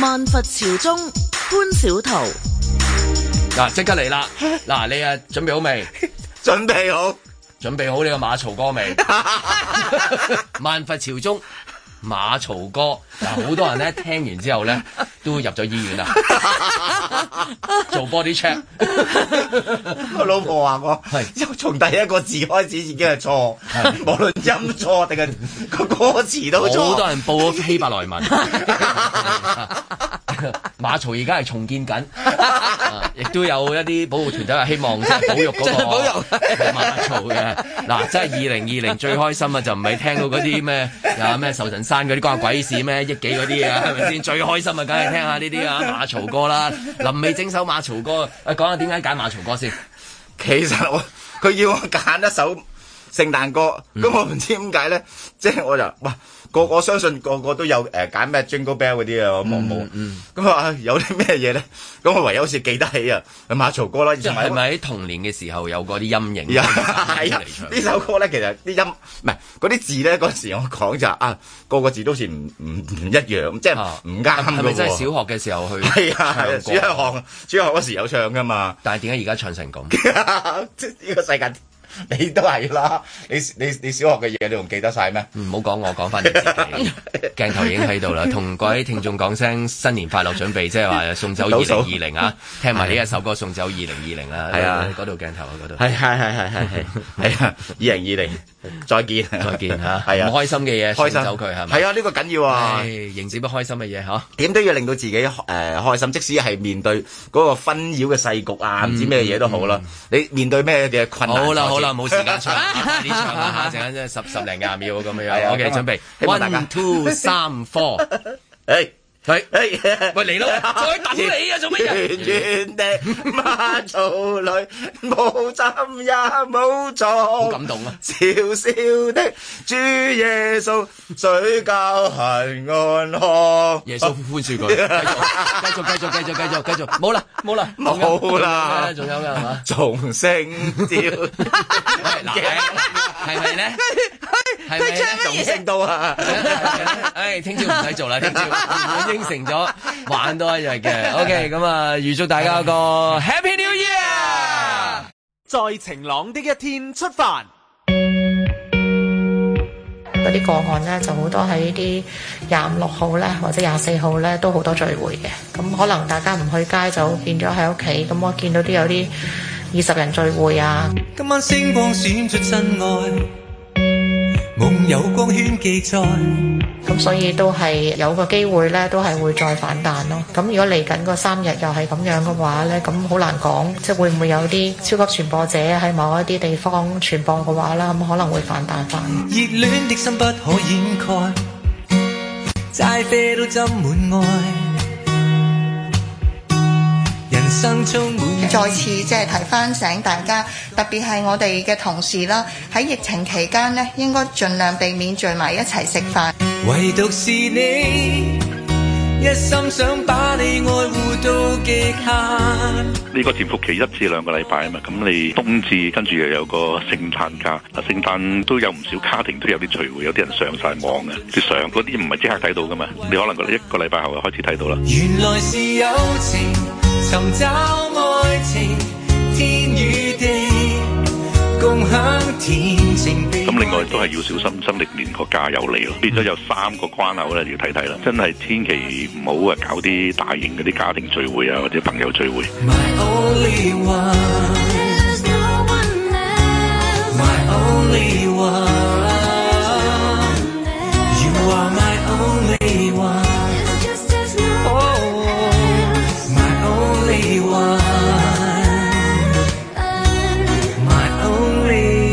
Speaker 13: 萬佛朝宗，潘小桃。
Speaker 2: 嗱，即刻嚟啦！嗱，你啊準備好未？
Speaker 6: 準備好，
Speaker 2: 準備好你個馬槽歌未？萬佛朝宗馬槽歌，嗱，好多人咧聽完之後咧都入咗醫院啦，做 body check。
Speaker 6: 我老婆話我
Speaker 2: 係
Speaker 6: 從第一個字開始已經係錯， 無論音錯定係個歌詞都錯。
Speaker 2: 好多人報咗希伯來 文。馬槽而家係重建緊，啊亦都有一啲保護團體係希 望即係保育嗰個
Speaker 3: 保育
Speaker 2: 馬槽嘅。嗱，真係二零二零最開心啊！就唔係聽到嗰啲咩啊咩壽神山嗰啲關我鬼事咩億幾嗰啲啊，係咪先？最開心啊，梗係聽下呢啲啊馬槽歌啦。臨尾整首馬槽歌，啊講下點解揀馬槽歌先。
Speaker 6: 其實我佢要我揀一首聖誕歌，
Speaker 2: 嗯
Speaker 6: 咁、我唔知點解咧，即係我就哇個個相信個個都有誒揀咩 Jingle Bell 嗰啲啊，咁我
Speaker 2: 嗯
Speaker 6: 冇，咁啊有啲咩嘢咧？咁我唯有好似記得起啊，馬槽歌啦，
Speaker 2: 即係
Speaker 6: 同埋
Speaker 2: 咪喺童年嘅時候有嗰啲陰影？
Speaker 6: 有 係啊！呢首歌咧，其實啲音唔係嗰啲字咧，嗰時我講就係啊，個個字都好似唔唔唔一樣，即係唔啱
Speaker 2: 啊係
Speaker 6: 嘅
Speaker 2: 咪真係
Speaker 6: 喎
Speaker 2: 小學嘅時候去？
Speaker 6: 係啊係啊，主學主學嗰時有唱噶嘛。
Speaker 2: 但係點解而家唱成咁？
Speaker 6: 即係呢個世界，你都係啦。你你你小學嘅嘢，你仲記得晒咩？
Speaker 2: 唔好講我，講翻你自己。鏡頭已經喺度啦，同各位聽眾講聲新年快樂，準備即係話送走二
Speaker 6: 倒
Speaker 2: 零
Speaker 6: 數
Speaker 2: 二零啊！聽埋呢一首歌送走二零二零啦，
Speaker 6: 係啊
Speaker 2: 嗰度鏡頭啊，嗰度
Speaker 6: 係係係係係係 係啊！二零二零，再見
Speaker 2: 再見嚇，
Speaker 6: 係啊
Speaker 2: 唔開心嘅嘢
Speaker 6: 開
Speaker 2: 送
Speaker 6: 心
Speaker 2: 走佢係咪？
Speaker 6: 係啊！呢個緊要啊
Speaker 2: 唉，！迎接不開心嘅嘢嚇。
Speaker 6: 點都要令到自己誒、呃、開心，即使係面對嗰個紛擾嘅世局啊，唔知咩嘢都好啦。你面對咩嘅困難？
Speaker 2: 好啦好啦，
Speaker 6: 挫
Speaker 2: 冇
Speaker 6: 折
Speaker 2: 時間唱，快啲唱啦嚇，陣間即係十十零廿秒咁
Speaker 6: 係
Speaker 2: 樣。
Speaker 6: 啊
Speaker 2: OK，
Speaker 6: 希
Speaker 2: 準
Speaker 6: 望
Speaker 2: 備
Speaker 6: 希望大家
Speaker 2: one two 三 four，
Speaker 6: 誒
Speaker 2: 係
Speaker 6: 誒，
Speaker 2: 喂嚟咯，再等你啊，做乜嘢？
Speaker 6: 遠遠的馬槽裏，無針也冇錯。
Speaker 2: 好
Speaker 6: 好
Speaker 2: 感動啊！
Speaker 6: 笑笑的主耶穌，水教係安康。
Speaker 2: 耶 穌寬恕佢，繼續繼續繼續繼續繼續，冇啦冇啦
Speaker 6: 冇啦
Speaker 2: 仲有嘅係 嘛？
Speaker 6: 從聖召，
Speaker 2: 喂嗱，係咪 咧？係咪咧？
Speaker 6: 從 聖到啊！
Speaker 2: 唉，聽朝唔使做啦， 聽朝我應承咗玩多一日嘅。OK，咁啊，預祝大家有個 Happy New Year！
Speaker 5: 在晴朗的一天出發。
Speaker 14: 嗰啲個案咧就好多喺啲廿五六號咧或者廿四號咧都好多聚會嘅，咁可能大家唔去街就變咗喺屋企，咁我見到啲有啲二十人聚會啊，
Speaker 15: 今晚星光閃出真愛，夢有光圈記載。
Speaker 14: 咁所以都係有個機會咧都係會再反彈咯。咁如果嚟緊嗰三日又係咁樣嘅話咧，咁好難講，即係會唔會有啲超級傳播者喺某一啲地方傳播嘅話啦，咁可能會反彈翻。
Speaker 15: 熱戀的心不可掩蓋，齋啡都斟滿愛。人是生充滿
Speaker 16: 再次即係提翻醒大家，特別係我哋嘅同事啦，喺疫情期間呢，應該盡量避免聚埋一齊食飯。
Speaker 15: 唯獨是你，一心想把你愛護到極限。
Speaker 10: 呢個潛伏期一至兩個禮拜啊嘛，咁你冬至跟住又有個聖誕假，嗱聖誕都有唔少家庭都有啲聚會，有啲人上晒網嘅，啲相嗰啲唔係即刻睇到噶嘛，你可能覺得一個禮拜後就開始睇到啦。
Speaker 15: 原來是友情，尋找愛情，天與地共享天晴。
Speaker 10: 咁另外都係要小心新歷年個假有嚟咯，變咗有三個關口咧，要睇睇啦。真係千祈唔好啊，搞啲大型嗰啲家庭聚會啊，或者朋友聚會。
Speaker 15: Only one. My only one. You are my only one. Oh, my only one. My only.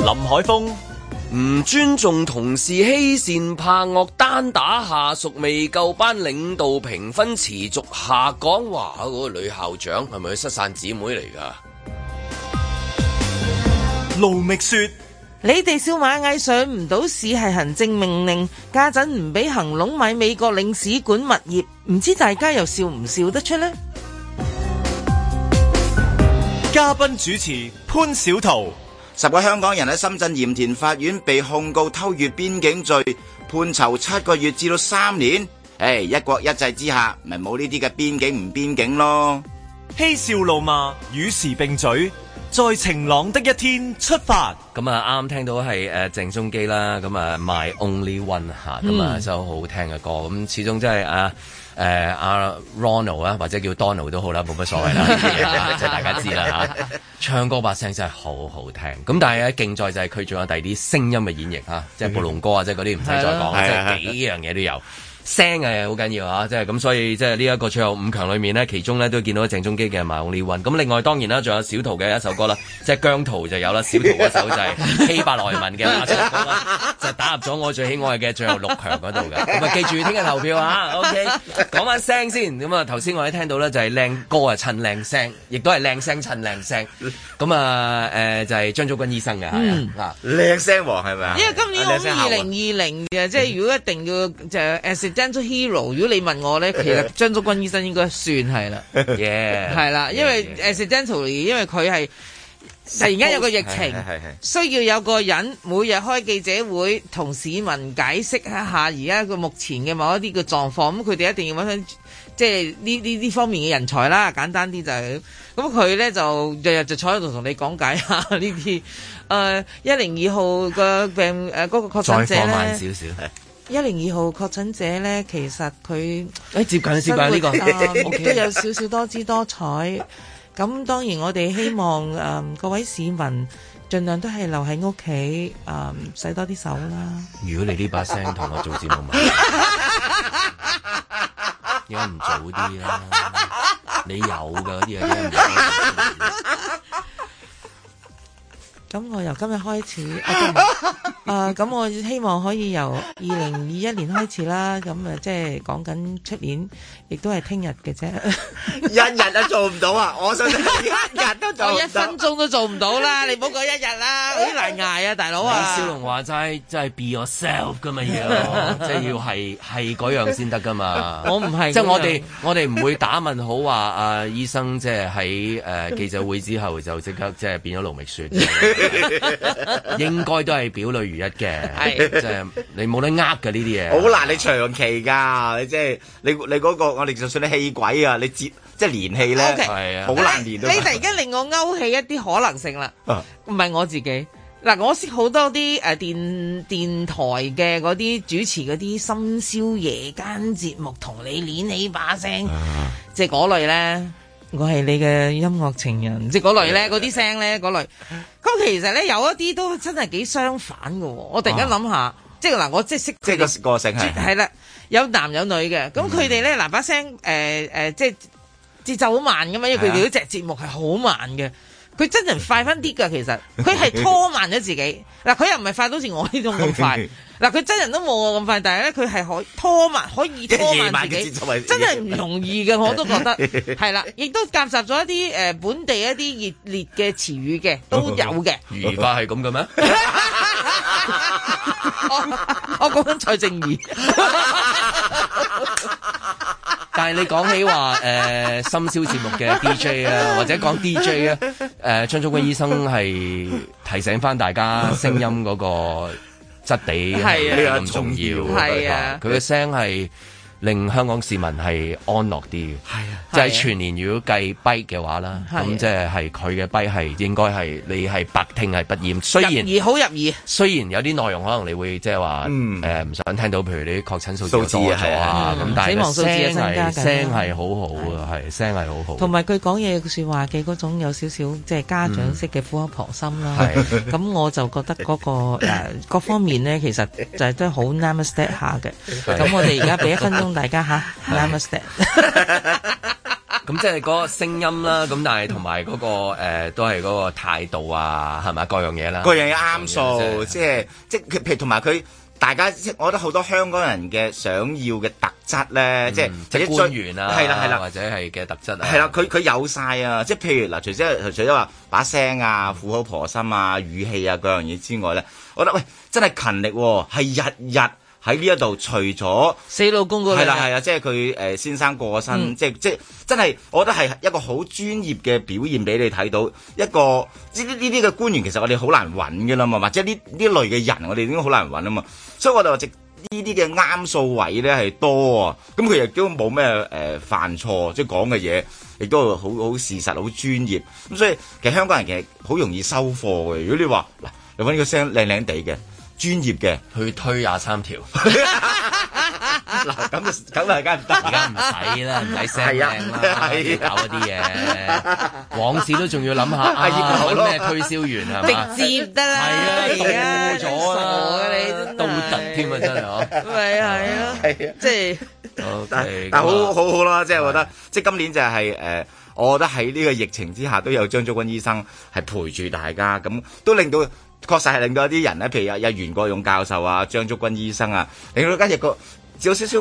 Speaker 1: 林海峰
Speaker 17: 唔尊重同事，欺善怕惡，單打下屬，未夠班領導評分持續下降。哇！嗰、個女校長係咪佢失散姊妹嚟㗎？
Speaker 1: 盧覓雪。
Speaker 3: 你哋小螞蟻上唔到市係行政命令，家陣唔俾行龍買美國領事館物業，唔知大家又笑唔笑得出呢？
Speaker 1: 嘉賓主持潘小桃，
Speaker 4: 十個香港人喺深圳鹽田法院被控告偷越邊境罪，判囚七個月至到三年。誒，一國一制之下，咪冇呢啲嘅邊境唔邊境咯。
Speaker 1: 嬉笑怒罵，與時並舉，在晴朗的一天出發。
Speaker 2: 咁啊啱聽到係誒鄭中基啦，咁啊 My Only One 嚇，咁啊
Speaker 17: 嗯
Speaker 2: 首好聽嘅歌，咁始終真係啊誒阿 Ronald 啊，或者叫 Donald 都好啦，冇乜所 謂啦，呢啲嘢即係大家知啦嚇。唱歌把聲真係好好聽，咁但係咧競賽就係佢仲有第二啲聲音嘅演繹嚇，即係暴龍歌啊，即係嗰啲唔使再
Speaker 17: 嗯係啦
Speaker 2: 講，即
Speaker 17: 係啊
Speaker 2: 係幾樣嘢都有。聲係好緊要啊！即係咁，所以即係呢一個最後五強裏面呢，其中呢都見到鄭中基嘅《My Only One》。咁另外當然啦，仲有小桃嘅一首歌啦，即係姜濤就有啦，小桃嗰首就係 希伯來文嘅馬賽歌啦，就打入咗我最喜愛嘅最後六強嗰度㗎。咁啊，記住聽日投票啊！OK，講翻聲先。咁啊，頭先我哋聽到咧就係靚歌啊襯靚聲，亦都係靚聲襯靚聲。咁啊誒就係張竹君醫生嘅
Speaker 3: 嗯
Speaker 2: 係啊，
Speaker 6: 靚聲王係咪啊
Speaker 3: 因為今年我二零二零嘅，即係如果一定要就 accidental hero，如果你問 我咧，其實張竹君醫生應該算 係啦，係啦，因為 accidental，因為佢係突然間有個疫情。需要有個人每日開記者會同市民解釋一下而家個目前嘅某一啲嘅狀況，咁佢哋一定要揾翻即係呢呢呢方面嘅人才啦。簡單啲就係、咁佢呢就日日就坐喺度同你講解下呢啲。 誒一零二號嘅病誒嗰、個確診者呢，
Speaker 2: 少。
Speaker 3: 一零二號確診者呢，其實佢
Speaker 2: 誒哎接近接近呢個
Speaker 3: 生 活啊
Speaker 2: OK
Speaker 3: 都有少少多姿多彩。咁當然我哋希望誒、嗯各位市民盡量都係留喺屋企誒，洗多啲手啦。
Speaker 2: 如果你呢把聲同我做節目咪，點解唔早啲啦？你有㗎嗰啲嘢。
Speaker 3: 咁我由今日開始， 啊，咁、我希望可以由二零二一年開始啦。咁啊，即係講緊出年，亦都係聽日 嘅啫。
Speaker 6: 一日都做唔到啊！我想一日都做
Speaker 3: 我
Speaker 6: 唔
Speaker 3: 一分
Speaker 6: 到。
Speaker 3: 鐘都做唔到啦，你唔好講一日啦，好難捱啊，大佬 啊！
Speaker 2: 小龍話齋，真係 be yourself 噶嘛 要，即係要係係嗰樣先得噶嘛。
Speaker 3: 我唔係
Speaker 2: 即係
Speaker 3: 嗰樣
Speaker 2: 我哋我哋唔會打問好話啊醫生，即係喺誒記者會之後就即刻即係變咗盧覓雪， 應該都係表裏如一嘅，
Speaker 6: 係
Speaker 2: 即係你冇得呃嘅呢啲嘢。
Speaker 6: 好難，你長期㗎，你即係你你嗰個，我哋就算你氣鬼啊，你接即係連氣咧，
Speaker 3: OK
Speaker 6: 好難連到。
Speaker 3: 哎
Speaker 6: 啊
Speaker 3: 你突然間令我勾起一啲可能性啦，唔係我自己。嗱，我識好多啲誒、呃、電電台嘅嗰啲主持嗰啲深宵夜間節目，同你攣起把聲，
Speaker 6: 啊
Speaker 3: 即係嗰類咧。我係你嘅音樂情人，即係嗰類咧，嗰啲
Speaker 6: 啊
Speaker 3: 聲咧，嗰類。咁其實咧有一啲都真係幾相反嘅喎。我突然間諗下，即係嗱，我即係識佢哋
Speaker 6: 即係個個性係嗯
Speaker 3: 係啦，有男有女嘅，咁佢哋咧嗱把聲誒誒，即係節奏好慢噶嘛，
Speaker 6: 啊
Speaker 3: 因為佢哋嗰隻節目係好慢嘅。佢真人快翻啲㗎，其 實佢係拖慢咗自己。嗱，佢又唔係快到好似我呢種咁快。 嗱，佢真人都冇我咁快，但係咧佢係可拖慢，可以拖慢自己，
Speaker 6: 即係夜晚嘅節奏係
Speaker 3: 真係唔容易嘅，我都覺 得係啦。亦都夾雜咗一啲誒、呃本地一啲熱烈嘅詞語嘅，
Speaker 6: 哦
Speaker 3: 都有嘅。
Speaker 17: 如花係咁嘅咩？
Speaker 3: 我講緊蔡正 儀。
Speaker 2: 但係你講起話誒、呃深宵節目嘅 DJ 啊，或者講 DJ 啊，誒、張竹君醫生係提醒翻大家聲音嗰個質地
Speaker 17: 係啊
Speaker 2: 係咁重要，
Speaker 17: 係啊
Speaker 2: 佢嘅聲係令香港市民係安樂啲嘅，係啊，即係全年如果計跛嘅話啦，
Speaker 3: 係啊
Speaker 2: 咁即係係佢嘅跛係應該係你係百聽係不厭，雖然
Speaker 3: 入耳好入耳，
Speaker 2: 雖然有啲內容可能你會即係話誒唔想聽到，譬如你啲確嗯診數字
Speaker 6: 數字
Speaker 2: 多
Speaker 6: 啊
Speaker 2: 咗啊，
Speaker 6: 係啊
Speaker 2: 咁但係
Speaker 3: 死亡數字啊
Speaker 2: 聲
Speaker 3: 增加
Speaker 2: 係
Speaker 3: 緊啊
Speaker 2: 聲係好好啊，係聲係好好
Speaker 3: 同。埋佢講嘢説話嘅嗰種有少少即係家長式嘅苦口婆心啦。
Speaker 2: 係
Speaker 3: 咁我就覺得 嗰、個、呃、各方面咧，其實就係都好 namaste 下嘅。
Speaker 2: 係
Speaker 3: 咁我哋而家俾一分鐘大家吓 namaste。
Speaker 2: 咁即係嗰個聲音啦，咁但係同埋嗰個誒都係嗰個態度啊，係咪各樣嘢啦？
Speaker 6: 嗰樣嘢
Speaker 2: 各
Speaker 6: 啱
Speaker 2: 樣嘢
Speaker 6: 數，
Speaker 2: 啫
Speaker 6: 即係即係佢譬如同埋佢。大家即係我覺得好多香港人嘅想要嘅特質咧，即係
Speaker 2: 嗯即係
Speaker 6: 或者
Speaker 2: 官
Speaker 6: 最
Speaker 2: 員啊，
Speaker 6: 係啦係啦，
Speaker 2: 或者係嘅特質啊，
Speaker 6: 係啦，佢佢有晒啊！即係譬如嗱，除咗除咗話把聲
Speaker 2: 嗯
Speaker 6: 啊、苦口婆心啊、語氣啊嗰樣嘢之外咧，我覺得喂真係勤力喎、係日日喺呢一度，除咗
Speaker 3: 死老公嗰
Speaker 6: 係啦
Speaker 3: 兩日
Speaker 6: 係啊，即係佢誒先生過身，
Speaker 3: 嗯
Speaker 6: 即係即係真係，我覺得係一個好專業嘅表現俾你睇到一個呢啲呢啲嘅官員，其實我哋好難揾㗎啦嘛，或者呢呢類嘅人我哋已經好難揾啊嘛，所以我哋話直。呢啲嘅啱數位咧係多啊，咁佢亦都冇咩誒犯錯，即係講嘅嘢亦都好好事實、好專業。咁所以其實香港人其實好容易收貨嘅。如果你話嗱，你揾個聲靚靚地嘅、專業嘅，
Speaker 2: 去推廿三 條，
Speaker 6: 嗱咁就咁啊，梗係唔得，
Speaker 2: 而家唔使啦，唔使聲
Speaker 6: 係
Speaker 2: 靚
Speaker 6: 啊
Speaker 2: 啦，
Speaker 6: 係啊
Speaker 2: 搞嗰啲嘢，往事都仲要諗下啊，
Speaker 6: 係葉劉
Speaker 2: 揾
Speaker 6: 咯
Speaker 2: 咩推銷員係嘛？
Speaker 3: 直接得啦，係啊，
Speaker 2: 到咗啦，
Speaker 3: 你真係
Speaker 2: 到突添啊，真係哦。
Speaker 3: 咪係咯，
Speaker 6: 係啊，
Speaker 3: 即係。
Speaker 6: 但
Speaker 2: OK，
Speaker 6: 但
Speaker 2: 咁啊
Speaker 6: 好好好啦，即係我覺得，即係今年就係、誒、我覺得喺呢個疫情之下都有張竹君醫生係陪住大家，咁都令到確實係令到一啲人咧，譬如有有袁國勇教授啊、張竹君醫生啊，令到大家有個有少少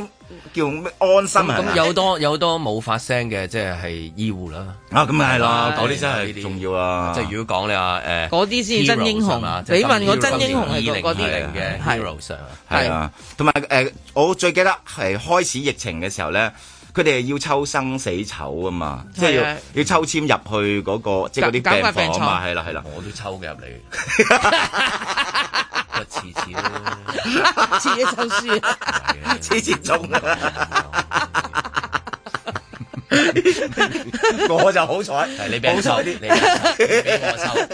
Speaker 6: 叫咩安心啊。
Speaker 2: 咁有好多有好多冇發聲嘅，即係係醫護啦。
Speaker 6: 啊，咁咪係咯
Speaker 2: 啦，，
Speaker 6: 嗰啲真係重要啊！
Speaker 2: 即係如果講你話誒，
Speaker 3: 嗰啲先真英雄
Speaker 2: heroes 啊嘛
Speaker 3: 你問我真英雄係
Speaker 2: 即係
Speaker 3: 嗰啲啊
Speaker 2: 2020嘅
Speaker 3: 係
Speaker 2: heroes 啊
Speaker 6: 係啊，同埋誒，我最記得係開始疫情嘅時候咧，佢哋係要抽生死籌啊嘛，即係
Speaker 2: 係啊
Speaker 6: 要要抽籤入去嗰、個即
Speaker 2: 搞搞
Speaker 6: 係嗰啲
Speaker 2: 塊
Speaker 6: 病
Speaker 2: 病
Speaker 6: 房啊
Speaker 2: 床
Speaker 6: 嘛，係啦係啦，
Speaker 2: 我都抽嘅入嚟，不次次啊咯，
Speaker 3: 似一首書，
Speaker 6: 黐線中 我就好彩，
Speaker 2: 係你俾我抽，
Speaker 6: 好彩
Speaker 2: 你
Speaker 6: 啲
Speaker 2: 俾我抽，你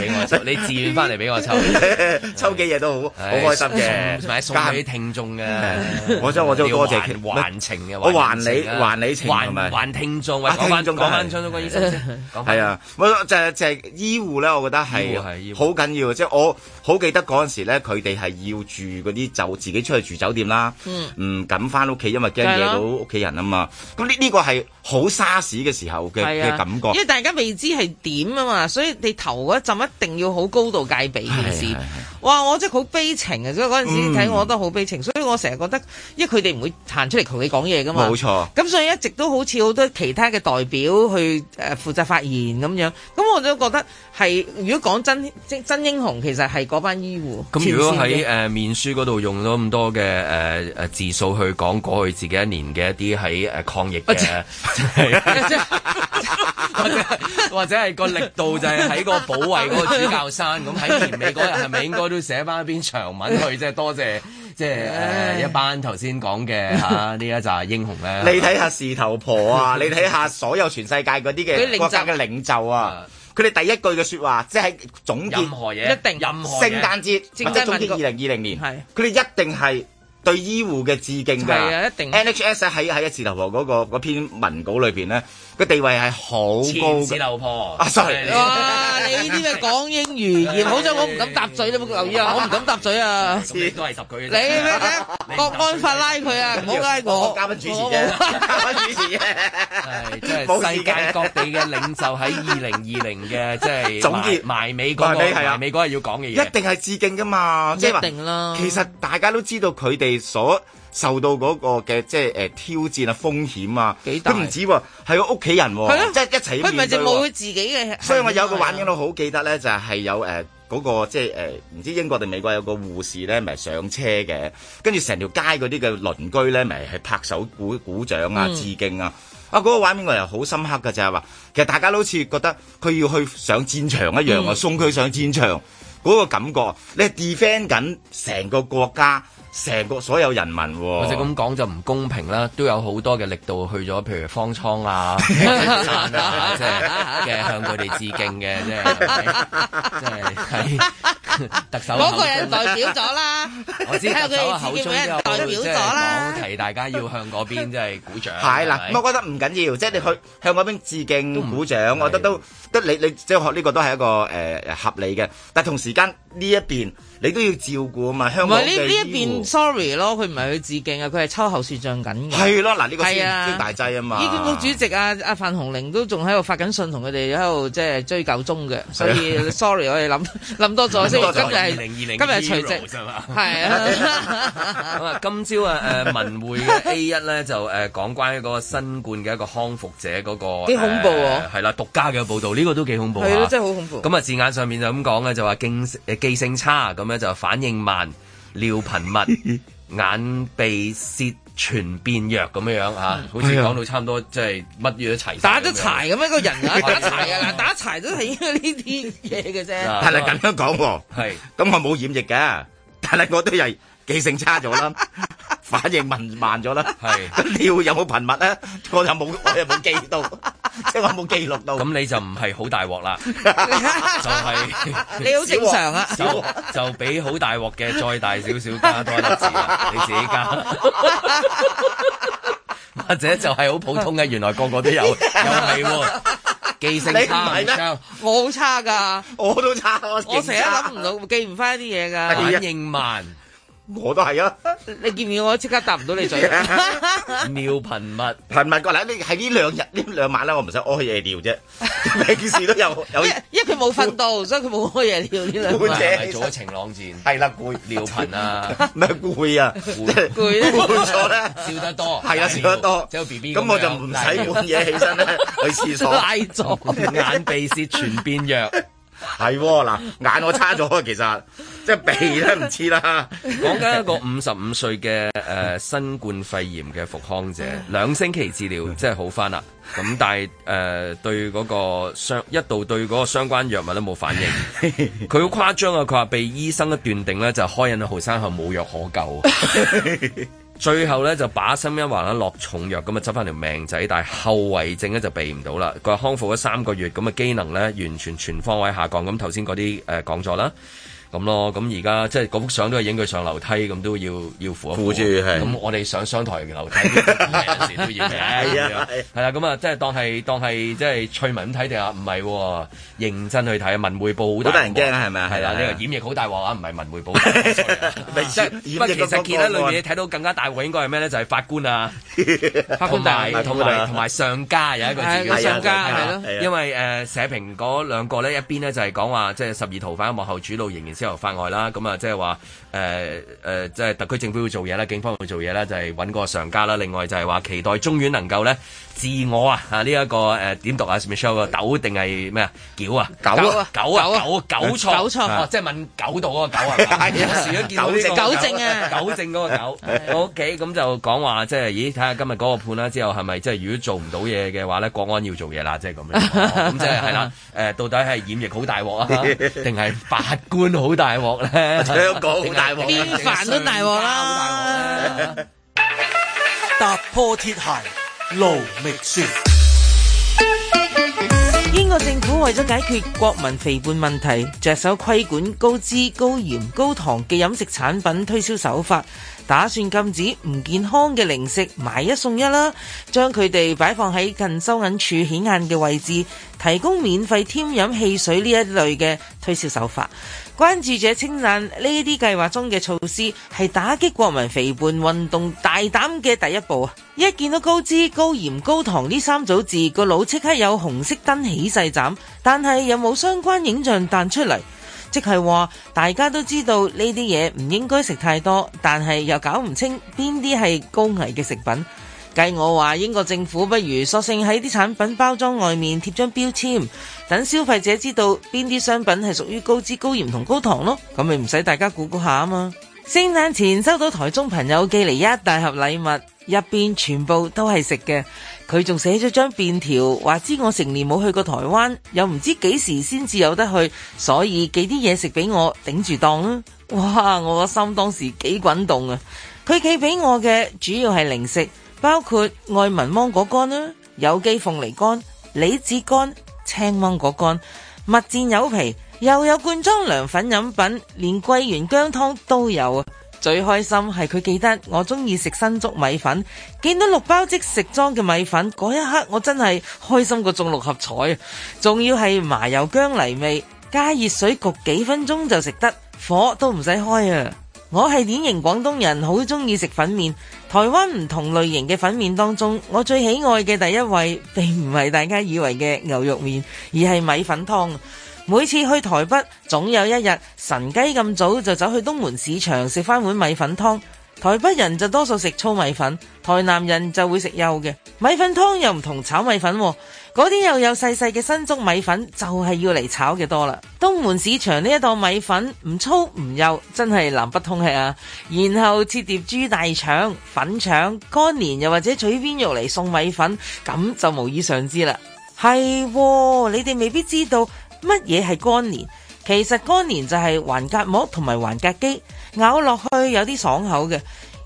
Speaker 2: 俾我抽，你自願翻嚟俾我抽，
Speaker 6: 抽幾嘢都好好開心嘅，
Speaker 2: 同埋送俾聽眾嘅。
Speaker 6: 我真我真好多謝
Speaker 2: 你要還還情嘅，
Speaker 6: 我還你
Speaker 2: 情啊
Speaker 6: 還你情同埋
Speaker 2: 還還聽眾，喂，
Speaker 6: 啊
Speaker 2: 講翻
Speaker 6: 聽眾
Speaker 2: 講
Speaker 6: 都係
Speaker 2: 翻張東君醫生 先，講返
Speaker 6: 係啊，我就係就係醫護咧，我覺得
Speaker 2: 醫護
Speaker 6: 係
Speaker 2: 係醫護
Speaker 6: 好緊要嘅，即係我好記得嗰陣時咧，佢哋係要住嗰啲就自己出去住酒店啦，
Speaker 2: 嗯
Speaker 6: 唔敢翻屋企，因為驚
Speaker 3: 係
Speaker 6: 惹
Speaker 3: 咯
Speaker 6: 到屋企人啊嘛。咁呢呢個係好沙士嘅時候嘅
Speaker 3: 係
Speaker 2: 啊
Speaker 6: 嘅感覺
Speaker 3: 因。為大家未知係點啊嘛，所以你頭嗰陣一定要好高度戒備件
Speaker 6: 係係
Speaker 3: 事
Speaker 6: 係。
Speaker 3: 哇！我真係好悲情啊，所以嗰陣時
Speaker 6: 嗯
Speaker 3: 睇我都好悲情，所以我成日覺得，因為佢哋唔會行出嚟同你講嘢噶
Speaker 2: 啊
Speaker 3: 嘛。
Speaker 6: 冇錯
Speaker 3: 咁所以一直都好似好多其他嘅代表去誒、呃、負責發言咁樣。咁我都覺得係，如果講真真真英雄，其實係嗰班醫護。
Speaker 2: 咁如果
Speaker 3: 前線
Speaker 2: 喺
Speaker 3: 嘅
Speaker 2: 誒、呃面書嗰度用咗咁多嘅誒誒字數去講過去自己一年嘅一啲喺誒抗疫嘅，
Speaker 6: 啊
Speaker 2: 或者 或者係個力度就係喺個保衞嗰個主教山咁喺年尾嗰日係咪應該都寫翻一篇長文去，即係多謝即係誒、呃一班頭先講嘅嚇呢一紮英雄咧。
Speaker 6: 你睇下事頭 婆啊，你睇下所有全世界嗰啲
Speaker 2: 嗰啲領
Speaker 6: 嘅
Speaker 2: 袖
Speaker 6: 國家嘅領袖啊，佢哋第一句嘅説話，即係總結
Speaker 2: 任何嘢一定任何嘢
Speaker 6: 聖誕節
Speaker 2: 聖誕
Speaker 6: 或者總
Speaker 2: 民
Speaker 6: 結
Speaker 2: 國
Speaker 6: 二零二零年，
Speaker 2: 係
Speaker 6: 佢哋一定係對醫護嘅致敬㗎。
Speaker 3: 係啊一定
Speaker 6: NHS 喺喺一字頭婆嗰、個嗰篇文稿裏邊咧，個地位係好高
Speaker 2: 前字
Speaker 6: 嘅。
Speaker 2: 頭婆
Speaker 6: 啊，sorry，
Speaker 3: 哇！你呢啲咪講英語言，好彩我唔敢搭嘴，你有冇留意啊？我唔敢搭嘴啊！
Speaker 2: 咁你都係十句
Speaker 3: 你咩咧？國安法拉佢啊，唔好拉我。
Speaker 6: 嘉賓主持
Speaker 3: 我
Speaker 6: 啫
Speaker 3: 冇
Speaker 2: 係真
Speaker 6: 冇
Speaker 2: 係
Speaker 6: 事
Speaker 2: 世
Speaker 6: 嘅
Speaker 2: 界各地嘅領袖喺二零二零嘅即係
Speaker 6: 總結
Speaker 2: 埋埋尾嗰
Speaker 6: 埋尾係
Speaker 2: 個
Speaker 6: 啊
Speaker 2: 埋尾嗰日要講嘅
Speaker 6: 一
Speaker 2: 嘢。
Speaker 6: 定係致敬噶嘛，即係話
Speaker 3: 一定啦
Speaker 6: 其實大家都知道佢哋所受到嗰個嘅即係誒、呃挑戰啊、風險啊，都唔止喎，係個屋企人喎、
Speaker 3: 係咯
Speaker 6: 即係一齊
Speaker 3: 佢唔係
Speaker 6: 面
Speaker 3: 就
Speaker 6: 對
Speaker 3: 冇佢
Speaker 6: 喎。
Speaker 3: 自己嘅。
Speaker 6: 所以我有
Speaker 17: 啊
Speaker 6: 個畫面我好記得咧，就係、有誒。呃嗰、個即係誒，唔知英國定美國有個護士咧，咪上車嘅，跟住成條街嗰啲嘅鄰居咧，咪係拍手鼓鼓掌啊、
Speaker 17: 嗯
Speaker 6: 致敬啊。啊，嗰、個畫面我又好深刻嘅就係話，其實大家都好似覺得佢要去上戰場一樣啊，
Speaker 17: 嗯
Speaker 6: 送佢上戰場嗰、個感覺，你係 defend 緊成個國家、成個所有人民喎、
Speaker 2: 或者咁講就唔公平啦，都有好多嘅力度去咗，譬如方艙啊、 或者讚啊，即係嘅向佢哋致敬嘅，即係即係喺特首
Speaker 3: 嗰
Speaker 2: 口
Speaker 3: 個
Speaker 2: 中
Speaker 3: 人代表咗啦，
Speaker 2: 我知
Speaker 3: 睇下
Speaker 2: 特
Speaker 3: 佢
Speaker 2: 首嘅
Speaker 3: 哋自
Speaker 2: 口
Speaker 3: 己
Speaker 2: 中
Speaker 3: 每人代表咗啦。
Speaker 2: 講提大家要向嗰邊即係鼓掌。
Speaker 6: 係啦，
Speaker 2: 咪
Speaker 6: 咁我覺得唔緊要，即係你去向嗰邊致敬、鼓掌，我覺得都都你你即係學呢個都係一個誒、呃合理嘅，但同時間呢一邊你都要照顧啊嘛，
Speaker 3: 唔
Speaker 6: 香港
Speaker 3: 係呢
Speaker 6: 嘅
Speaker 3: 呢一
Speaker 6: 醫護
Speaker 3: 邊 sorry 咯，佢唔係去致敬啊，佢係秋後算帳緊嘅。
Speaker 6: 係咯，嗱呢個先
Speaker 3: 係啊
Speaker 6: 先大劑啊嘛，
Speaker 3: 醫管局主席啊阿范鴻齡都仲喺度發緊信，同佢哋喺度即係追究中嘅，所
Speaker 6: 係
Speaker 3: 以 sorry 我哋諗諗多咗先，
Speaker 2: 多咗
Speaker 3: 今日係
Speaker 2: 2020
Speaker 3: 今日係除夕
Speaker 2: heroes 係嘛
Speaker 3: 係啊。
Speaker 2: 咁啊，今朝啊，誒文匯 嘅 A 一咧就誒講關於嗰個新冠嘅一個康復者嗰個
Speaker 3: 幾恐怖喎
Speaker 2: 誒係啦，獨家嘅報導，呢個都幾恐怖啊
Speaker 3: 係咯，真係好恐怖。
Speaker 2: 咁啊字眼上面就咁講嘅，就話記誒記性差，咁咧就反應慢、尿頻 密、眼鼻舌全變弱咁樣樣嚇，好似
Speaker 3: 係啊
Speaker 2: 講到差唔多即係乜嘢都齊。
Speaker 3: 打咗柴咁樣一個人 啊，打柴啊，嗱打柴都係應該呢啲嘢嘅 啫。
Speaker 6: 但係咁樣講喎，
Speaker 2: 係
Speaker 6: 咁我冇染疫嘅，但係我都係記性差咗 啦，反應慢慢咗啦，
Speaker 2: 係
Speaker 6: 咁尿有冇頻密咧？我又冇我又冇記 到，即係我冇記錄到。
Speaker 2: 咁你就唔係好大鑊啦，就 係
Speaker 3: 你好正常啊
Speaker 2: 小鑊就就俾好大鑊嘅再大少少加多一粒字啦，你自己加。或者就係好普通嘅，原來個個都有，又係喎，記性差
Speaker 3: 你唔係咩
Speaker 2: 唔
Speaker 3: 我好差㗎，
Speaker 6: 我都差，我
Speaker 3: 我成日諗唔到，記唔翻啲嘢
Speaker 2: 差
Speaker 3: 㗎。
Speaker 2: 反應 慢，
Speaker 6: 我都係啊。
Speaker 3: 你見唔見我即刻答唔到你嘴？啊
Speaker 2: 尿頻密。
Speaker 6: 頻密過嚟，呢係呢兩日呢兩晚啦，我唔使屙夜 尿啫，平時都有 有
Speaker 3: 因為佢冇瞓到，所以佢冇開嘢尿呢兩
Speaker 6: 會
Speaker 3: 晚。
Speaker 6: 者
Speaker 2: 係咪做咗晴朗戰？
Speaker 6: 係啦，攰
Speaker 2: 尿頻啊！
Speaker 6: 咩 攰啊，
Speaker 3: 攰
Speaker 6: 攰咗咧，
Speaker 2: 笑得多，
Speaker 6: 係啊啦，笑得多，
Speaker 2: 即係 B B
Speaker 6: 咁我就唔使半夜起身 咧去廁所，
Speaker 2: 拉 咗眼鼻舌全變弱。
Speaker 6: 係喎嗱，眼我差咗，其實即係鼻咧唔知啦，
Speaker 2: 講緊一個五十五歲嘅誒新冠肺炎嘅復康者，兩星期治療即係好翻啦。咁但係誒、呃、對嗰個相一度對嗰個相關藥物都冇反應， 佢好誇張啊！佢話被醫生一斷定咧就開引後生後冇藥可救。 最後咧就把心一橫啦，落重藥咁啊，執翻條命仔，但係後遺症咧就避唔到啦。佢話康復咗三個月，咁啊機能咧完全全方位下降。咁頭先嗰啲誒講咗啦，咁咯，咁而家即係嗰幅相都係影佢上樓梯，咁都要要扶一
Speaker 6: 扶住係
Speaker 2: 咁我哋上商台樓梯有陣時都要嘅，
Speaker 6: 係啊
Speaker 2: 咁樣 係啦，咁啊，即係當係當係即係趣聞咁睇定啊？唔係喎，認真去睇啊文匯報好大
Speaker 6: 好得人驚啊係咪啊
Speaker 2: 係啦，
Speaker 6: 係啊
Speaker 2: 呢個演繹好大鑊啊，唔係文匯 報好大鑊。sorry 啊即係不
Speaker 6: 演
Speaker 2: 過
Speaker 6: 繹
Speaker 2: 其
Speaker 6: 嗰個
Speaker 2: 實見喺裏
Speaker 6: 個案
Speaker 2: 面，你睇到更加大鑊應該係咩咧？就係法官啊，
Speaker 3: 法
Speaker 2: 同
Speaker 3: 官大
Speaker 2: 埋
Speaker 3: 人
Speaker 2: 同
Speaker 3: 法官
Speaker 2: 埋
Speaker 3: 啊
Speaker 2: 同埋上家啊有一個字
Speaker 3: 係
Speaker 6: 啊
Speaker 2: 叫
Speaker 3: 上家係咯
Speaker 2: 因為誒社評嗰兩個咧，一邊咧就係講話即係十二逃犯幕後主腦仍然逍遙法外啦，咁啊即係話誒誒，即係特區政府要做嘢啦，警方要做嘢啦，就係揾個上家啦。另外就係話期待中院能夠咧自我啊啊呢一個誒點讀啊 Michelle 個狗定係咩啊繳啊
Speaker 6: 狗啊
Speaker 2: 狗啊狗狗錯
Speaker 3: 狗錯
Speaker 2: 哦即係問狗度嗰個狗啊我時都見到呢個
Speaker 3: 狗證啊
Speaker 2: 狗證嗰 個狗。OK，咁就講話即係，咦？睇下今日嗰個判啦，之後係咪即係如果做唔到嘢嘅話咧，國安要做嘢啦，即係咁 樣。哦咁即係係啦，誒，到底係演繹好大鑊啊，定係法官好大鑊咧？
Speaker 6: 香港 好大鑊
Speaker 3: 邊飯都大鑊啦！
Speaker 1: 踏破鐵鞋路未雪。
Speaker 3: 英英國政府為咗解決國民肥胖問題，着手規管高脂、高鹽、高糖嘅飲食產品推銷手法，打算禁止唔健康嘅零食買一送一啦，將佢哋擺放喺近收銀處顯眼嘅位置，提供免費添飲汽水呢一類嘅推銷手法。關注者稱讚呢啲計劃中嘅措施係打擊國民肥胖運動大膽嘅第一步啊！一見到高脂、高鹽、高糖呢三組字，個腦即刻有紅色燈起勢斬，但係又冇相關影像彈出嚟，即係話大家都知道呢啲嘢唔應該食太多，但係又搞唔清邊啲係高危嘅食品。計我話英國政府不如索性喺啲產品包裝外面貼張標籤，等消費者知道邊啲商品係屬於高脂、高鹽同高糖咯，咁咪唔使大家估估下啊嘛。聖誕前收到台中朋友寄嚟一大盒禮物，入邊全部都係食嘅，佢仲寫咗張便條，話知我成年冇去過台灣，又唔知幾時先至有得去，所以寄啲嘢食俾我頂住檔啦。哇！我個心當時幾滾動啊！佢寄俾我嘅主要係零食。包括愛文芒果乾啦、有機鳳梨乾、李子乾、青芒果乾、蜜餞柚皮，又有罐裝涼粉飲品，連桂圓薑湯都有啊！最開心係佢記得我中意食新竹米粉，見到六包即食裝嘅米粉嗰一刻，我真係開心過中六合彩啊！仲要係麻油薑泥味，加熱水焗幾分鐘就食得，火都唔使開啊！我係典型廣東人，好中意食粉麵。台灣唔同類型嘅粉麵當中，我最喜愛嘅第一位並唔係大家以為嘅牛肉麵，而係米粉湯。每次去台北，總有一日神雞咁早就走去東門市場食返碗米粉湯。台北人就多數食粗米粉，台南人就會食幼嘅米粉湯又唔同炒米粉喎，嗰啲又有細細嘅新竹米粉就係要嚟炒嘅多啦。東門市場呢一檔米粉唔粗唔幼，真係南北通吃啊！然後切碟豬大腸、粉腸、乾蓮又或者嘴邊肉嚟送米粉，咁就無以上之啦。係喎，你哋未必知道乜嘢係乾蓮。其實乾蓮就係橫膈膜同埋橫膈肌，咬落去有啲爽口嘅，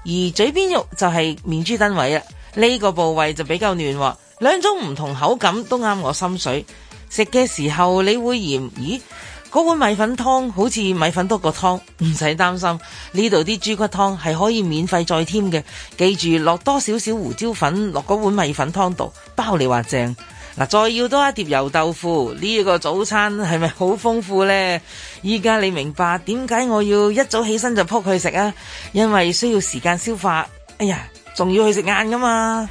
Speaker 3: 而嘴邊肉就係面珠墩位啦。啊呢個部位就比較嫩喎，兩種唔同口感都啱我心水。食嘅時候你會嫌，咦？嗰碗米粉湯好似米粉多過湯，唔使擔心。呢度啲豬骨湯係可以免費再添嘅，記住落多少少胡椒粉落嗰碗米粉湯度，包你話正。嗱，再要多一碟油豆腐，呢個早餐係咪好豐富呢？依家你明白點解我要一早起身就撲去食啊？因為需要時間消化。哎呀，仲要去食晏㗎嘛！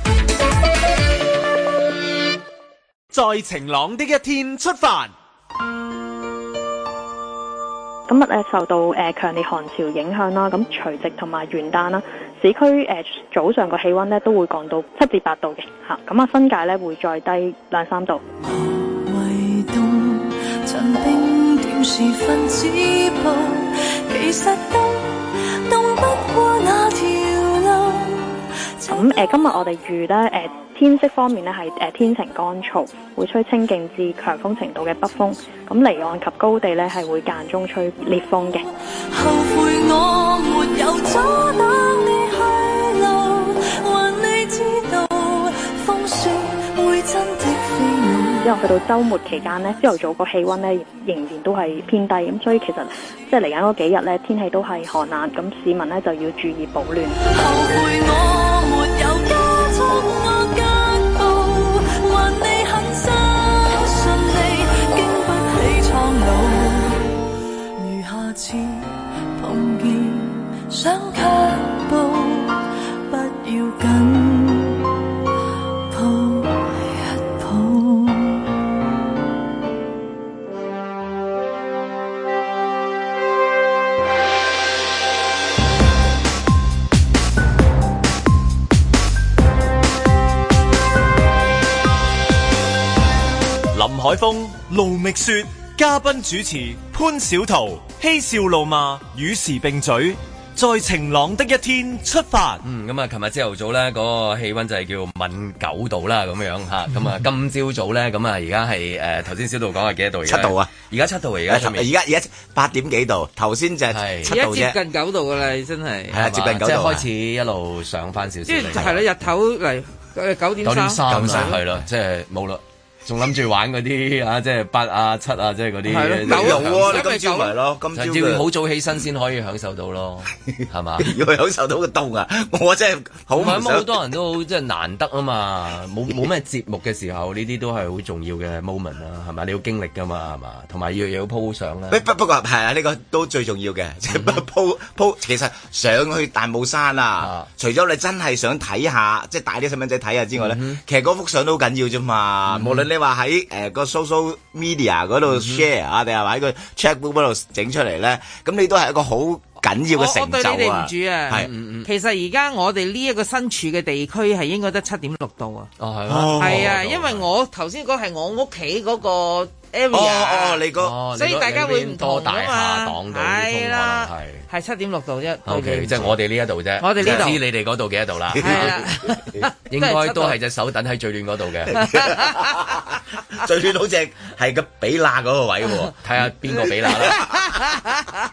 Speaker 5: 在晴朗的一天出發。
Speaker 11: 咁日咧受到誒、呃、強烈寒潮影響啦，咁除夕同埋元旦啦，市區誒、呃、早上個氣温咧都會降到七至八度嘅嚇，咁啊新界咧會再低兩三度。
Speaker 9: 為凍，像冰點時分止步，其實凍凍不過那條路。
Speaker 11: 咁誒、呃、今日我哋預咧誒。呃天色方面咧係誒天晴乾燥，會吹清勁至強風程度嘅北風，咁離岸及高地咧係會間中吹烈風嘅。
Speaker 9: 後悔我沒有阻擋你去路，還你知道風雪會真的飛舞。
Speaker 11: 之後去到週末期間咧，朝頭早個氣温咧仍然都係偏低，咁所以其實即係嚟緊嗰幾日咧天氣都係寒冷，咁市民咧就要注意保暖。
Speaker 9: 後悔我沒有加速。下次碰見想卻步，不要緊，抱一抱。
Speaker 1: 林海峰、盧覓雪，嘉賓主持潘小桃，嬉笑怒罵，與時並嘴，在晴朗的一天出發。
Speaker 2: 嗯，咁啊，琴日朝頭早咧，嗰、個氣温就係叫問九度啦，咁樣嚇。咁啊，今朝早咧，咁啊，而家係誒頭先小道講係幾多度？
Speaker 6: 七度啊！
Speaker 2: 而家七度而
Speaker 6: 而
Speaker 2: 家出
Speaker 6: 家
Speaker 2: 面
Speaker 6: 而家而家八點幾度，頭先就係七度啫。
Speaker 3: 近九度噶啦，真係
Speaker 6: 係啊接近九度
Speaker 2: 即係
Speaker 6: 啊
Speaker 2: 開始一路上翻少少
Speaker 3: 即
Speaker 2: 嚟。
Speaker 3: 係係啦，日頭嚟誒九點
Speaker 2: 九
Speaker 3: 三啊
Speaker 2: 點三
Speaker 6: 九點三
Speaker 2: 係啦，即係冇啦。仲諗住玩嗰啲啊，即係八啊七啊，即係嗰啲
Speaker 6: 係咯有喎你今朝咪咯今朝嘅
Speaker 2: 要好早起身先可以享受到 咯，係
Speaker 3: 啊
Speaker 2: 嘛？
Speaker 6: 如果享受到個凍啊，我真係好唔
Speaker 2: 唔係
Speaker 6: 想
Speaker 2: 咁好多人都好即係難得啊嘛，冇冇咩節目嘅時候，呢啲都係好重要嘅 moment 啦，係咪？你要經歷噶嘛，係嘛？同埋要要鋪相啦。
Speaker 6: 不不不過係啊，呢個都最重要嘅，即
Speaker 3: 嗯
Speaker 6: 係不 鋪鋪。其實上去大帽山啊，除咗你真係想睇下，即係帶啲細蚊仔睇下之外咧，
Speaker 3: 嗯
Speaker 6: 其實嗰幅相都好緊要啫嘛。無論你話喺誒個 social media 嗰
Speaker 3: 嗯
Speaker 6: 度 share 啊，定係話喺個 check book 嗰度整出嚟咧，咁你都係一個好緊要嘅
Speaker 3: 我我
Speaker 6: 成
Speaker 3: 對你
Speaker 6: 就
Speaker 3: 哋唔
Speaker 6: 啊。
Speaker 3: 住啊，
Speaker 6: 係
Speaker 3: 其實而家我哋呢一個身處嘅地區係應該得七點六度啊。
Speaker 2: 哦，係
Speaker 6: 咩
Speaker 3: 係啊，
Speaker 6: 哦
Speaker 3: 因為我頭先嗰係我屋企嗰個
Speaker 6: 哦哦，
Speaker 3: area，
Speaker 6: 你個
Speaker 3: 所以大家會唔同
Speaker 2: 多大
Speaker 3: 啊
Speaker 2: 廈
Speaker 3: 嘛。
Speaker 2: 擋到呢
Speaker 3: 係啦，係七點六度啫。
Speaker 2: O K，即係我哋呢一度啫，
Speaker 3: 我哋呢度
Speaker 2: 就知你哋嗰度幾多度 啦。
Speaker 3: 係啦，
Speaker 2: 應該都係隻手等喺最暖嗰度嘅，
Speaker 6: 最暖好正係個比乸嗰個 位喎，
Speaker 2: 睇下邊個比乸啦。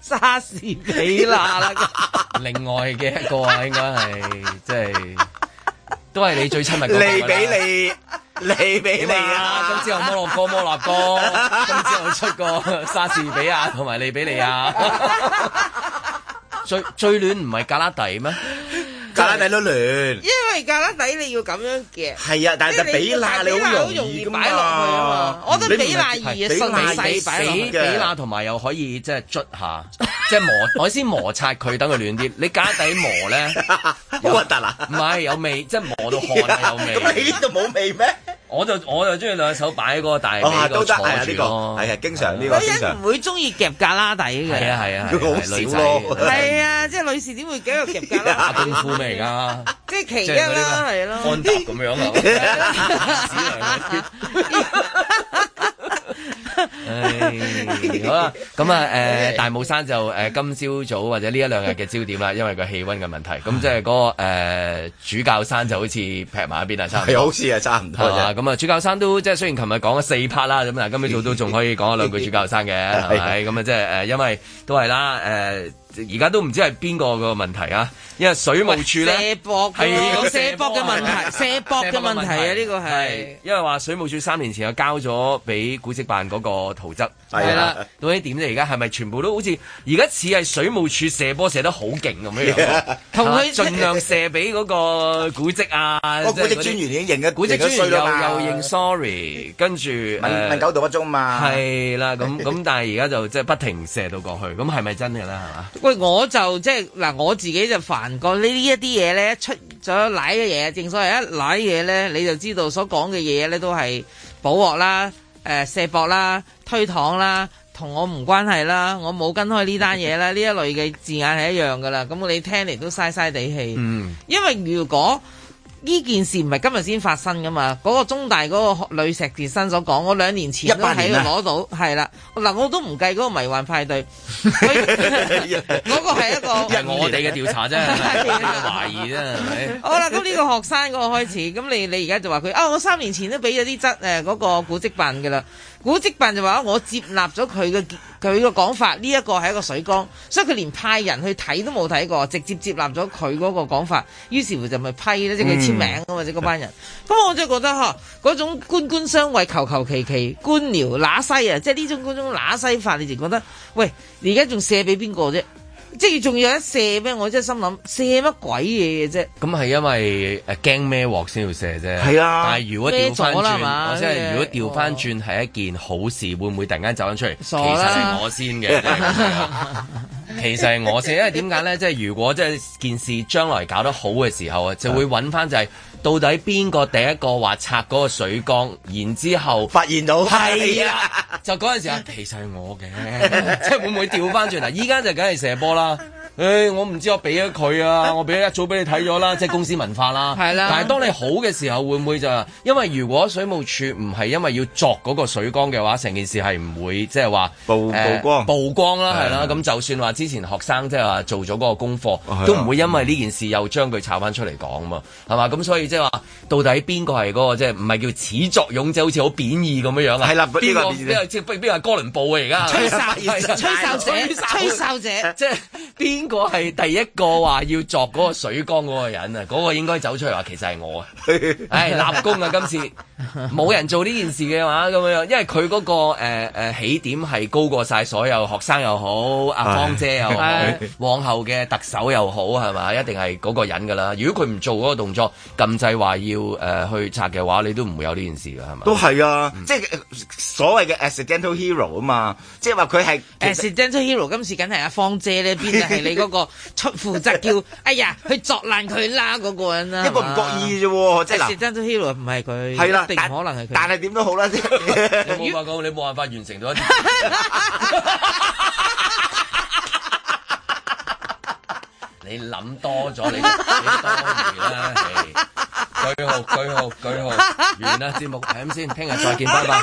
Speaker 3: 莎士比亞啦，
Speaker 2: 另外嘅一個啊應該係即係都係你最親密嗰個啦。
Speaker 6: 利比利，利比利
Speaker 2: 啊！今朝有摩洛哥、摩納 哥，今朝有出過莎士比亞同埋利比利亞。 最最暖唔係格拉底咩？
Speaker 6: 格拉底都暖。
Speaker 3: 因為格拉底你要咁樣嘅。
Speaker 6: 係啊但係
Speaker 3: 即係
Speaker 6: 比
Speaker 3: 要
Speaker 6: 例你好
Speaker 3: 好
Speaker 6: 容易
Speaker 3: 易
Speaker 6: 㗎嘛
Speaker 3: 擺落去啊嘛。我覺得
Speaker 2: 你
Speaker 3: 比例二啊，順勢
Speaker 2: 比
Speaker 3: 擺落
Speaker 2: 比
Speaker 3: 去
Speaker 2: 比乸同埋又可以即係捽下，即係磨，我先摩擦佢，等佢暖啲。你假底磨咧，好核
Speaker 6: 突啦！
Speaker 2: 唔係有味，即係磨到汗啊有味。
Speaker 6: 咁你呢度冇味咩？
Speaker 2: 我就我就中意兩手擺喺嗰個大髀
Speaker 6: 哦
Speaker 2: 嗰
Speaker 6: 都
Speaker 2: 度
Speaker 6: 得
Speaker 2: 坐
Speaker 6: 係啊
Speaker 2: 住
Speaker 6: 呢個
Speaker 2: 咯。
Speaker 6: 係啊經常呢個
Speaker 3: 女人唔會中意夾格拉底嘅。
Speaker 2: 係啊係啊，
Speaker 6: 好
Speaker 2: 係女
Speaker 6: 少
Speaker 2: 仔
Speaker 6: 咯
Speaker 3: 係啊，即係女士點會夾夾格拉
Speaker 2: 打
Speaker 3: 底？
Speaker 2: 功夫咩而
Speaker 6: 啊
Speaker 2: 家？
Speaker 3: 即係其一啦，係咯。
Speaker 2: 安踏咁樣 啊，指量嗰啲。唉，好啦，咁啊，誒大帽山就誒今朝早或者呢一兩日嘅焦點啦，因為個氣温嘅問題，咁即係嗰個誒主教山就好似劈埋一邊啦，差唔
Speaker 6: 係
Speaker 2: 多
Speaker 6: 好。似啊，差唔多
Speaker 2: 係嘛
Speaker 6: 啫。
Speaker 2: 咁啊，主教山都即係雖然琴日講咗四 part 啦，咁但係今朝早都仲可以講一兩句主教 山嘅，係咪？咁啊，即係誒，因為都係啦，誒而家都唔知係邊個個問題啊，因為水務署咧
Speaker 3: 射博嘅
Speaker 2: 係咁
Speaker 3: 啊射博嘅問題，射博嘅問題啊！呢個係
Speaker 2: 因為話水務署三年前有交咗俾古蹟辦嗰個圖則，
Speaker 3: 係啦，
Speaker 2: 到底點啫？而家係咪全部都好似而家似係水務署射波射得好勁咁樣樣？
Speaker 3: 同佢
Speaker 2: 啊盡 量射俾嗰個古蹟啊，即係
Speaker 6: 個古蹟
Speaker 2: 嗰啲
Speaker 6: 專員已經認咗
Speaker 2: 古蹟專員
Speaker 6: 認咗衰啦嘛
Speaker 2: 又又認 sorry，跟住誒
Speaker 6: 問問九度一鐘嘛，
Speaker 2: 係啦，咁咁，但係而家就即係不停射到過去，咁係咪真嘅啦？係嘛？
Speaker 3: 喂，我就即係嗱，我自己就煩過呢呢一啲嘢咧，出咗奶嘅嘢，正所謂一奶嘢咧，你就知道所講嘅嘢咧都係補鑊啦、誒、卸膊啦、推搪啦，同我唔關係啦，我冇跟開呢單 嘢啦，呢一類嘅字眼係一樣噶啦，咁你聽嚟都嘥嘥地氣。
Speaker 2: 嗯，
Speaker 3: 因為如果呢件事唔係今日先發生噶嘛，嗰、個中大嗰個女碩士生所講，我兩年前都
Speaker 2: 18
Speaker 3: 喺
Speaker 2: 年啊
Speaker 3: 度攞到，係啦，嗱我都唔計嗰個迷幻派對， 嗰個係一個
Speaker 2: 係我哋嘅調查啫，
Speaker 3: 係啦
Speaker 2: 懷疑啫，係咪？
Speaker 3: 好啦，咁呢個學生嗰個開始，咁你你而家就話佢啊，我三年前都俾咗啲質誒嗰個古蹟辦嘅啦，古蹟辦就話我接納咗佢嘅佢嘅講法，呢、一個係一個水缸，所以佢連派人去睇都冇睇過，直接接納咗佢嗰個講法，於是乎就咪批咧，即係佢簽名啊嘛，即係嗰班人。咁我真係覺得嚇嗰種官官相衛、求求其其、官僚乸西啊，即係呢種嗰種乸西法，你就覺得喂，你而家仲射俾邊個啫？即係仲有得射咩？我真係心諗射乜鬼嘢嘅啫？
Speaker 2: 咁係因為誒驚孭鑊先要射啫，
Speaker 6: 係啊
Speaker 2: 但係如果調翻
Speaker 3: 孭咗啦係嘛
Speaker 2: 轉，我即係如果
Speaker 3: 即係
Speaker 2: 調翻轉係一件好事，會唔會突然間走緊出嚟？其
Speaker 3: 傻
Speaker 2: 實
Speaker 3: 啦
Speaker 2: 係我先嘅， 其實係我先，因為點解咧？即係如果即係件事將來搞得好嘅時候啊，就會揾翻就係到底邊個第一個話拆嗰個水缸，然之後
Speaker 6: 發現到
Speaker 2: 係啊，就嗰陣時啊，其實係我嘅， 即係會唔會調翻轉嗱？啊依家就梗係射波啦。誒、我唔知我俾咗佢啊，我俾咗一早俾你睇咗啦，即係公司文化啦。
Speaker 3: 係啦
Speaker 2: 但係當你好嘅時候，會唔會就因為如果水務署唔係因為要作嗰個水缸嘅話，成件事係唔會即係話
Speaker 6: 曝曝光
Speaker 2: 曝光啦，係啦
Speaker 6: 係。啊
Speaker 2: 咁就算話之前學生即係話做咗嗰個功課，
Speaker 6: 係啊
Speaker 2: 都唔會因為呢件事又將佢炒翻出嚟講嘛，係嘛？咁所以即係話，到底邊個係嗰個即係唔係叫始作俑者，好似好貶義咁樣樣啊？
Speaker 6: 係啦
Speaker 2: 邊
Speaker 6: 呢個
Speaker 2: 個邊個即係邊邊個係哥倫布啊？而家
Speaker 3: 吹哨
Speaker 2: 係
Speaker 3: 吹哨者，吹哨者，
Speaker 2: 即係邊邊個係第一個話要作嗰個水缸嗰個人啊？嗰、個應該走出嚟話其實係我啊！唉，立功啊！今次冇人做呢件事嘅話，咁樣，因為佢嗰、個誒、呃呃起點係高過晒所有學生又好，阿
Speaker 17: 係
Speaker 2: 芳姐又好
Speaker 17: 係，
Speaker 2: 往後嘅特首又好，係咪？一定係嗰個人㗎啦。如果佢唔做嗰個動作，禁制話要誒、呃去拆嘅話，你都唔會有呢件事㗎，係咪？
Speaker 6: 都係啊，即係所謂嘅 accidental hero 啊嘛，即係話佢係
Speaker 3: accidental hero 今次梗係阿芳姐咧，邊係你嗰個 出負責叫，哎呀，去作爛佢啦嗰個
Speaker 2: 啊
Speaker 3: 人啦，
Speaker 6: 一個唔覺意啫喎，即係嗱
Speaker 3: accidental hero 唔係佢，
Speaker 6: 係啦
Speaker 3: 一定
Speaker 6: 但
Speaker 3: 可能係佢。
Speaker 6: 但係點都好 啦，即係
Speaker 2: 你冇法講，你冇辦法完成到一啲。你諗多咗，你你多餘啦。係句號，句號，句號，完啦！節目係咁先，聽日再見，拜拜。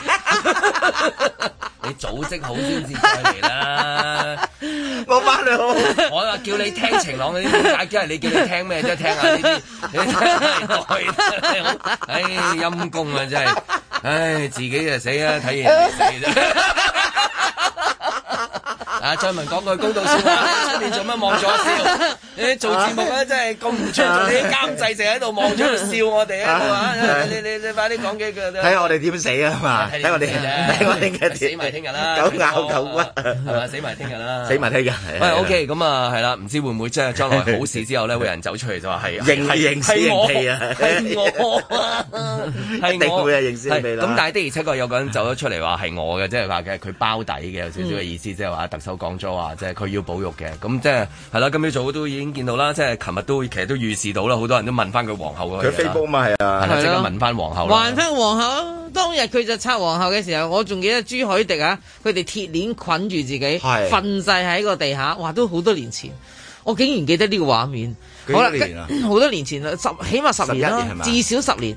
Speaker 2: 你組織好先至再嚟啦。
Speaker 6: 我翻嚟好，
Speaker 2: 我話叫你聽晴朗嗰啲，點解？因為你叫你聽咩啫？聽下呢啲，你聽下呢啲唉，陰公啊，真係，唉，自己就死啦，睇人哋死啫。啊！張文講句公道説話，出面做乜望咗笑？你做節目咧真係咁唔出眾，你啲監製成日喺度望住喺度笑我哋喺度啊！你你你快啲講幾句
Speaker 6: 睇下我哋點死啊嘛，
Speaker 2: 睇你
Speaker 6: 睇我哋
Speaker 2: 點死 啫
Speaker 6: 睇我哋嘅
Speaker 2: 死埋聽日啦
Speaker 6: 狗咬狗骨
Speaker 2: 係咪死埋聽日啦？
Speaker 6: 死埋聽日係
Speaker 2: 喂，OK，咁 Ờ, 啊，係啦，唔知會唔會即係將來好事之後 咧，會有人走出嚟就話係
Speaker 6: 認
Speaker 2: 係
Speaker 6: 認
Speaker 2: 係
Speaker 6: 屍
Speaker 2: 我
Speaker 6: 認氣啊
Speaker 2: 係我啊，係
Speaker 6: 一定
Speaker 2: 我
Speaker 6: 會啊認屍認氣啦
Speaker 2: 係咁但係的而且確有個人走咗出嚟話係我嘅，即係話嘅佢包底嘅有少少嘅意思，即係話特首講咗話，即係佢要保育嘅。咁即係係啦，今朝早都已經見到啦，即係琴日都其實都預示到啦，好多人都問翻佢皇后嗰樣
Speaker 6: 佢
Speaker 2: 啦
Speaker 6: Facebook ờ, 嘛係啊
Speaker 2: 係啦，即刻
Speaker 3: 係咯
Speaker 2: 問翻皇后啦。
Speaker 3: 還翻皇后啊，當日佢就拆皇后嘅時候，我仲記得朱海迪啊，佢哋鐵鏈捆住自己，
Speaker 2: 係
Speaker 3: 瞓晒喺個地下，哇！都好多年前，我竟然記得呢個畫面。
Speaker 6: 幾
Speaker 3: 好
Speaker 6: 多
Speaker 3: 啦，
Speaker 6: 年啊
Speaker 3: 跟好多年前啦，十起碼十年
Speaker 6: 十一
Speaker 3: 啦
Speaker 6: 年係，嘛啊
Speaker 3: 至少十年。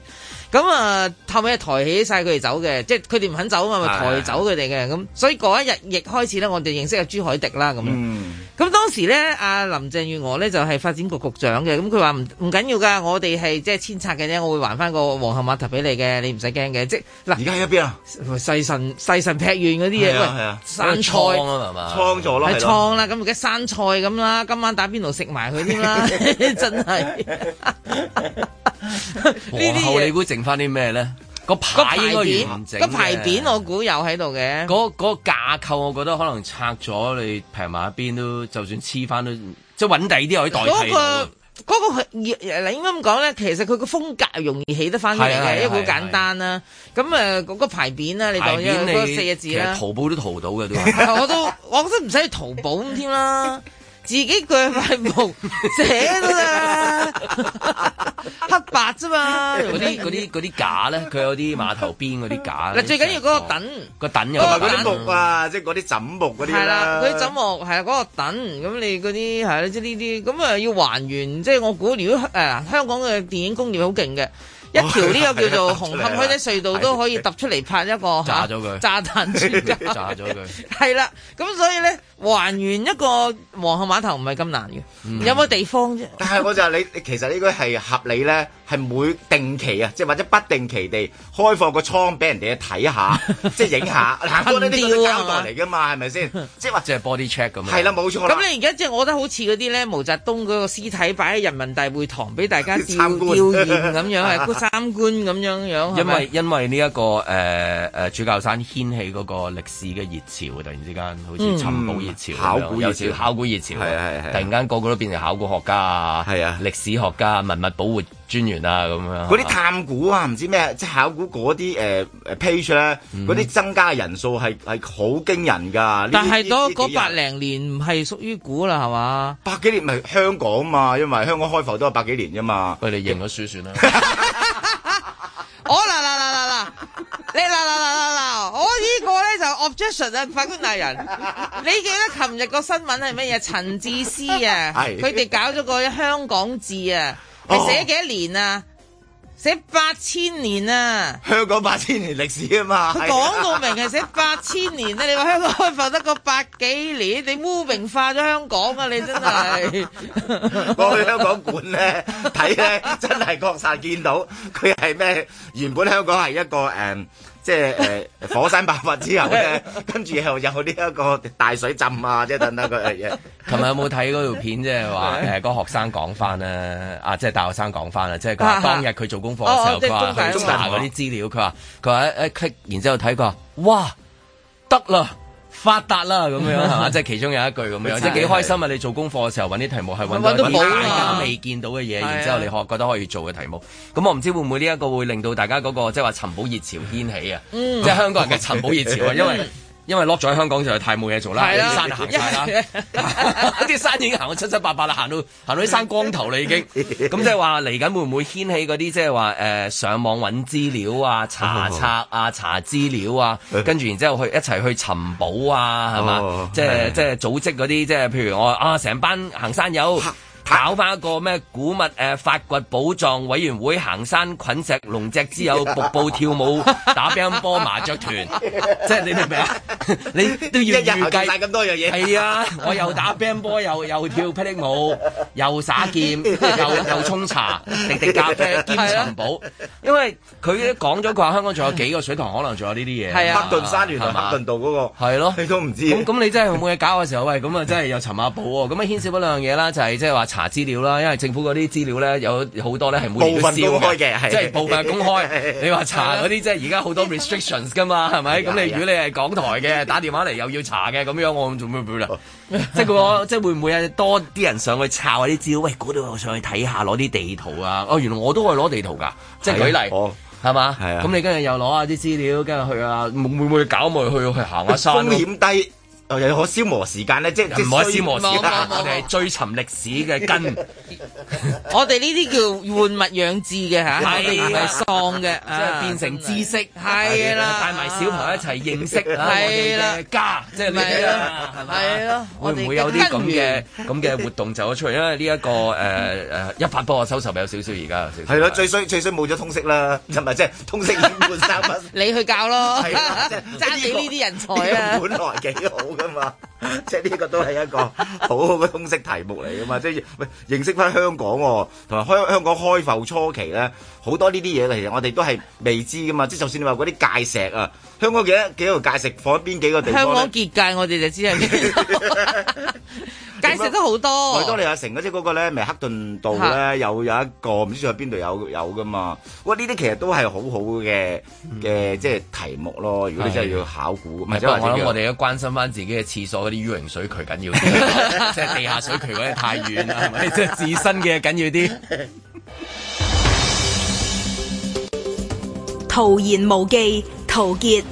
Speaker 3: 咁啊，後尾抬起晒佢哋走嘅，即係佢哋唔肯走啊嘛，咪
Speaker 6: 係
Speaker 3: 抬走佢哋嘅。咁所以嗰一日亦開始咧，我哋認識阿朱海迪啦咁樣。
Speaker 6: 嗯，
Speaker 3: 咁當時咧，阿林鄭月娥咧就係、發展局局長嘅，咁佢話唔唔緊要㗎，我哋係即係遷拆嘅啫，我會還翻個皇后碼頭俾你嘅，你唔使驚嘅。即嗱，而
Speaker 6: 家喺邊啊？
Speaker 3: 細神細神劈完嗰啲嘢，
Speaker 6: 係啊係
Speaker 3: 喂
Speaker 6: 啊，
Speaker 3: 生菜
Speaker 2: 倉啊嘛倉咗咯
Speaker 3: 係
Speaker 2: 係咯
Speaker 3: 倉啦，咁而家生菜咁啦，今晚打邊爐食埋佢 添啦， 真係。
Speaker 2: 皇后你估剩翻啲咩咧？個牌應該完整嘅
Speaker 3: 個牌匾我估有喺度嘅。
Speaker 2: 嗰嗰個架構，我覺得可能拆咗你平埋一邊都，就算黐翻都，即係揾第二啲可以代
Speaker 3: 嗰、
Speaker 2: 替到啊
Speaker 3: 個。嗰、個係嗱，應該咁講咧，其實佢個風格容易起得翻出嚟
Speaker 2: 係啊係啊
Speaker 3: 嘅，因為好
Speaker 2: 係啊
Speaker 3: 簡單啦。咁誒嗰個牌匾啦，你
Speaker 2: 牌
Speaker 3: 當因
Speaker 2: 匾
Speaker 3: 為嗰個
Speaker 2: 你
Speaker 3: 四隻
Speaker 2: 其
Speaker 3: 字
Speaker 2: 實
Speaker 3: 啦，
Speaker 2: 淘寶都淘到嘅都。
Speaker 3: 我都我都唔使去淘寶咁添 啦，自己鋸塊木寫 得啦，黑白啫嘛。
Speaker 2: 嗰啲 嗰啲嗰啲架咧，佢有啲碼頭邊嗰啲架咧。
Speaker 3: 嗱，最緊要嗰個等。
Speaker 2: 個等
Speaker 6: 同
Speaker 2: 有
Speaker 6: 埋嗰啲木啊，即係嗰啲枕木嗰啲
Speaker 3: 係啦
Speaker 6: 啦，，
Speaker 3: 嗰啲枕幕係啊，嗰、個等咁你嗰啲係啦，即係呢啲咁啊要還原，即係我估如果誒、嗱香港嘅電影工業好勁
Speaker 2: 哦
Speaker 3: 嘅。一 條呢個叫做紅磡海底隧
Speaker 2: 啊
Speaker 3: 道都可以揼出嚟拍一個
Speaker 2: 炸咗佢
Speaker 3: 炸彈專家，
Speaker 2: 啊 炸咗佢。
Speaker 3: 係啦，咁所以咧還原一個皇后碼頭唔係咁難嘅，
Speaker 2: 嗯
Speaker 3: 有冇地方啫？
Speaker 6: 但係我就係你，你其實應該係合理咧，係每定期啊，即係或者不定期地開放個倉俾人哋睇下，即係影下。嗱，我覺得呢個都交代嚟㗎嘛，係咪先？即係話
Speaker 2: 即係 body check 咁樣。
Speaker 6: 係啦，冇錯啦。
Speaker 3: 咁你而家即係我覺得好似嗰啲咧，毛澤東嗰個屍體擺喺人民大會堂俾大家吊吊
Speaker 2: 參觀
Speaker 3: 唁咁樣，係參觀咁樣樣，哦係
Speaker 2: 因
Speaker 3: 咪
Speaker 2: 為因為呢、一個誒誒、呃呃主教山掀起嗰個歷史嘅熱潮，突然之間好似
Speaker 3: 嗯
Speaker 2: 尋寶熱潮咁樣、
Speaker 6: 考古熱潮啊
Speaker 2: 有少少考古熱潮，係係突然間個個都變成考古學家啊，係啊，歷史學家、文物保護專員啊咁樣。
Speaker 6: 嗰啲探古啊，唔知咩，即係考古嗰啲誒誒 page 咧，嗰啲增加嘅人數係係好驚人㗎。
Speaker 3: 嗯但係
Speaker 6: 多
Speaker 3: 嗰嗰百零年唔係屬於股啦，係嘛？
Speaker 6: 百幾年咪香港啊嘛，因為香港開埠都係百幾年 啫嘛。
Speaker 2: 喂，你認咗輸算啦。
Speaker 3: 我嗱嗱嗱嗱嗱，你嗱嗱嗱嗱嗱，我呢個咧就 objection 啊，法官大人，你記得琴日個新聞係乜嘢？陳智思啊，
Speaker 9: 係
Speaker 3: 佢哋搞咗個香港字啊，
Speaker 6: 哦
Speaker 3: 係寫幾多年啊？寫八千年啊！
Speaker 6: 香港八千年歷史啊嘛，
Speaker 3: 佢講到明係寫八千年啊！你話香港開埠得個百幾年，你污名化咗香港啊！你真係。
Speaker 6: 我去香港館咧 睇咧，真係確實見到佢係咩？原本香港係一個誒、嗯即係誒、呃火山爆發之後咧， 跟住又有呢一個大水浸啊，即係等等 佢嘅嘢。
Speaker 2: 琴日有冇睇嗰條片？即 係話誒，個學生講翻啦，啊，即係大學生講翻啦，即係佢話當日佢做功課嘅時
Speaker 17: 啊哦哦
Speaker 2: 候，
Speaker 17: 即係
Speaker 2: 佢話
Speaker 17: 中大
Speaker 2: 佢
Speaker 17: 中大
Speaker 2: 查嗰啲資料，佢話佢話一一 click，然之後睇佢話，哇，得啦！發達啦咁樣 係嘛，即係其中有一句咁樣，即係幾開心啊！你做功課嘅時候揾啲題目係揾到
Speaker 17: 揾到
Speaker 2: 一
Speaker 17: 寶
Speaker 2: 啲
Speaker 17: 啊
Speaker 2: 大家未見到嘅嘢，
Speaker 17: 係啊
Speaker 2: 然之後你可覺得可以做嘅題目。咁我唔知會唔會呢一個會令到大家嗰個即係話尋寶熱潮掀起啊！
Speaker 17: 嗯
Speaker 2: 即係香港人嘅尋寶熱潮啊，因為
Speaker 17: 嗯
Speaker 2: 因為 lock 咗喺香港就太冇嘢做啦，
Speaker 17: 係啊啦
Speaker 2: 啲山行晒啦。 啲山已經行到七七八八啦，行到行到啲山光頭啦已 經。咁即係話嚟緊會唔會掀起嗰啲即係話誒上網揾資料啊、查
Speaker 6: 哦
Speaker 2: 冊啊、查資料 啊，跟住然之後去一齊去尋寶啊，係嘛
Speaker 17: 哦？
Speaker 2: 即係
Speaker 17: 係
Speaker 2: 即係組織嗰啲即係譬如我啊，成班行山友。搞翻一個咩古物誒、呃發掘寶藏委員會行山捆石龍脊之友瀑布跳 舞打乒乓波麻雀團，即係你明唔明啊？你都要
Speaker 6: 一日
Speaker 2: 預
Speaker 6: 後
Speaker 2: 計
Speaker 6: 做晒咁多樣嘢
Speaker 2: 係啊，我又打乒乓波，又又跳霹靂舞，又耍 劍，又又沖茶，滴滴咖啡兼尋寶。
Speaker 6: 啊
Speaker 2: 因為佢咧講咗佢話香港仲有幾個水塘，可能仲有呢啲嘢。
Speaker 6: 係啊黑頓山原來
Speaker 2: 係嘛
Speaker 6: 黑頓道嗰個
Speaker 2: 係咯，
Speaker 6: 你都唔知
Speaker 2: 咁咁你真係冇嘢搞嘅時候，喂，咁啊真係又尋下寶喎。咁啊牽涉咗兩樣嘢啦，就係即係話查資料啦，因為政府嗰啲資料咧有好多咧係每年都
Speaker 6: 部分
Speaker 2: 燒啊
Speaker 6: 公開嘅係
Speaker 2: 即係部分公 開。你話查嗰啲即係而家好多 restrictions 噶嘛，係咪？
Speaker 6: 係啊
Speaker 2: 咁你
Speaker 6: 係啊
Speaker 2: 如果你係港台嘅，打電話嚟又要查嘅，咁樣我做咩唔會
Speaker 6: 哦
Speaker 2: 啦？即係個即係會唔會有多啲人上去抄下啲資料？喂，嗰度我上去睇下，攞啲地圖啊！哦，原來我都係攞地圖㗎，即係舉例。係嘛？
Speaker 6: 係啊
Speaker 2: 咁你跟住又攞下啲資料，跟住去啊，會唔會搞咪去去行啊下山
Speaker 6: 風
Speaker 2: 咯？
Speaker 6: 險低，又又可消磨時間咧，即係即
Speaker 2: 唔可以消磨時間，
Speaker 6: 衰
Speaker 2: 我哋係追尋歷史嘅根。
Speaker 3: 我哋呢啲叫換物養志嘅吓，
Speaker 2: 係啊
Speaker 3: 我哋唔係喪嘅，
Speaker 2: 即係變成知識，
Speaker 3: 啊係啦
Speaker 2: 帶埋小朋友一齊認識
Speaker 3: 係啦
Speaker 2: 啊我哋嘅家，即係呢啲啊，係嘛？
Speaker 3: 係咯
Speaker 2: 會唔會有啲咁嘅咁嘅活動走咗出嚟？因為呢一個誒誒一發不可收拾，有少少而家有少少。
Speaker 6: 係咯，最衰最衰冇咗通識啦，就咪即係通識已經半三 分。
Speaker 3: 你去教咯，
Speaker 6: 係啦
Speaker 3: 爭你呢啲人才
Speaker 6: 呢
Speaker 3: 啊
Speaker 6: 個！本來幾好噶嘛，即係呢個都係一個好好嘅通識題目嚟噶嘛，即係喂認識翻香港喎，同埋香香港開埠初期咧，好多呢啲嘢其實我哋都係未知噶嘛，即係就算你話嗰啲界石啊，香港幾多幾多條界石放喺邊幾個地
Speaker 3: 香
Speaker 6: 方
Speaker 3: 港
Speaker 6: 咧？
Speaker 3: 結界我哋就知係邊 度，介紹得好多。
Speaker 6: 維多利亞城嗰隻嗰個咧，咪克頓道
Speaker 3: 嚇
Speaker 6: 咧，有有一個唔知喺邊度有有噶嘛？哇！呢啲其實都係好好嘅嘅即係題目咯。如果你真係要考古，
Speaker 2: 唔
Speaker 6: 唔
Speaker 2: 嗯係，
Speaker 6: 係
Speaker 2: 即
Speaker 6: 即
Speaker 2: 係
Speaker 6: 係
Speaker 2: 我
Speaker 6: 話
Speaker 2: 諗我
Speaker 6: 哋
Speaker 2: 哋都關心翻自己嘅廁所嗰啲 U 型水渠緊要 啲，即係地下水渠嗰啲太遠啦，係咪？即係自身嘅緊要啲。
Speaker 18: 徒言無忌，陶傑。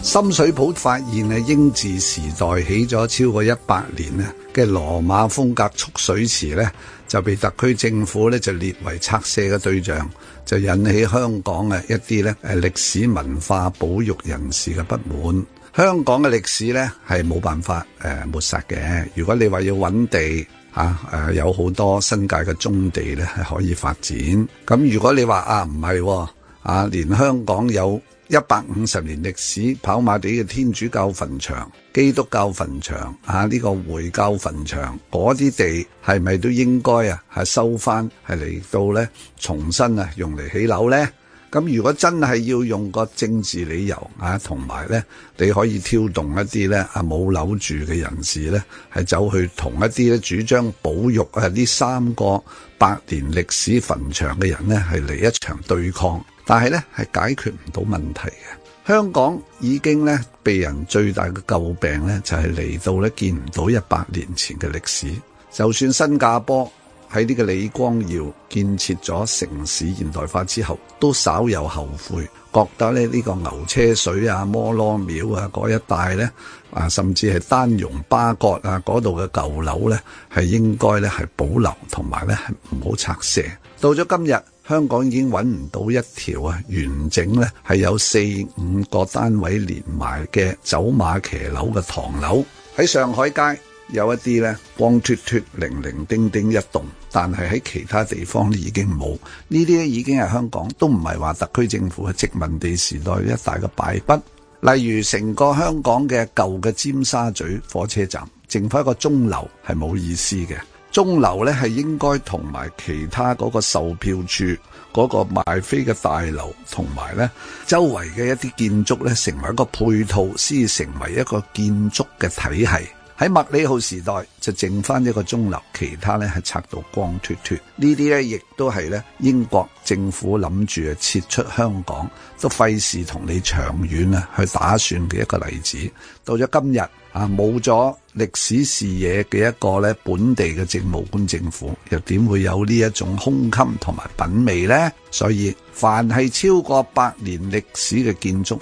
Speaker 12: 深水埗發現咧，英治時代起咗超過一百年咧嘅羅馬風格蓄水池咧，就被特區政府咧就列為拆卸嘅對象，就引起香港嘅一啲咧誒歷史文化保育人士嘅不滿。香港嘅歷史咧係冇辦法誒、呃抹殺嘅。如果你話要揾地嚇誒、呃有好多新界嘅棕地咧係可以發展。咁如果你話啊唔係喎啊，連香港有一百五十年歷史跑馬地嘅天主教墳場、基督教墳場啊，呢、個回教墳場嗰啲地係咪都應該啊係收翻係嚟到咧重新啊用嚟起樓咧？咁如果真係要用個政治理由啊，同埋咧，你可以挑動一啲咧啊冇樓住嘅人士咧，係走去同一啲咧主張保育啊呢三個百年歷史墳場嘅人咧，係嚟一場對抗，但係咧係解決唔到問題嘅。香港已經咧被人最大嘅詬病咧，就係、嚟到咧見唔到一百年前嘅歷史。就算新加坡喺呢個李光耀建設咗城市現代化之後，都稍有後悔，覺得咧呢個牛車水啊、摩羅廟啊嗰一帶咧，啊甚至係丹戎巴葛啊嗰度嘅舊樓咧，係應該咧係保留同埋咧係唔好拆卸。到咗今日。香港已經揾唔到一條啊完整咧係有四五個單位連埋嘅走馬騎樓嘅唐樓，喺上海街有一啲咧光脱脱、零零丁丁一棟，但係喺其他地方咧已經冇。呢啲已經係香港都唔係話特區政府嘅殖民地時代一大嘅敗筆。例如成個香港嘅舊嘅尖沙咀火車站，剩翻一個鐘樓係冇意思嘅。中樓咧係應該同埋其他嗰個售票處嗰、個賣飛嘅大樓，同埋咧周圍嘅一啲建築咧，成為一個配套，先至成為一個建築嘅體系。喺麥理浩時代就剩翻一個鐘樓，其他咧係拆到光脱脱。呢啲咧亦都係咧英國政府諗住啊撤出香港，都費事同你長遠啊去打算嘅一個例子。到咗今日啊，冇咗歷史視野嘅一個咧本地嘅政務官政府，又點會有呢一種胸襟同埋品味呢？所以凡係超過百年歷史嘅建築，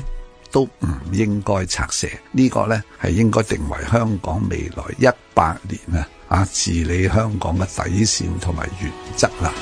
Speaker 12: 都唔應該拆卸。呢、個呢係應該定為香港未來一百年啊啊治理香港嘅底線同埋原則啦。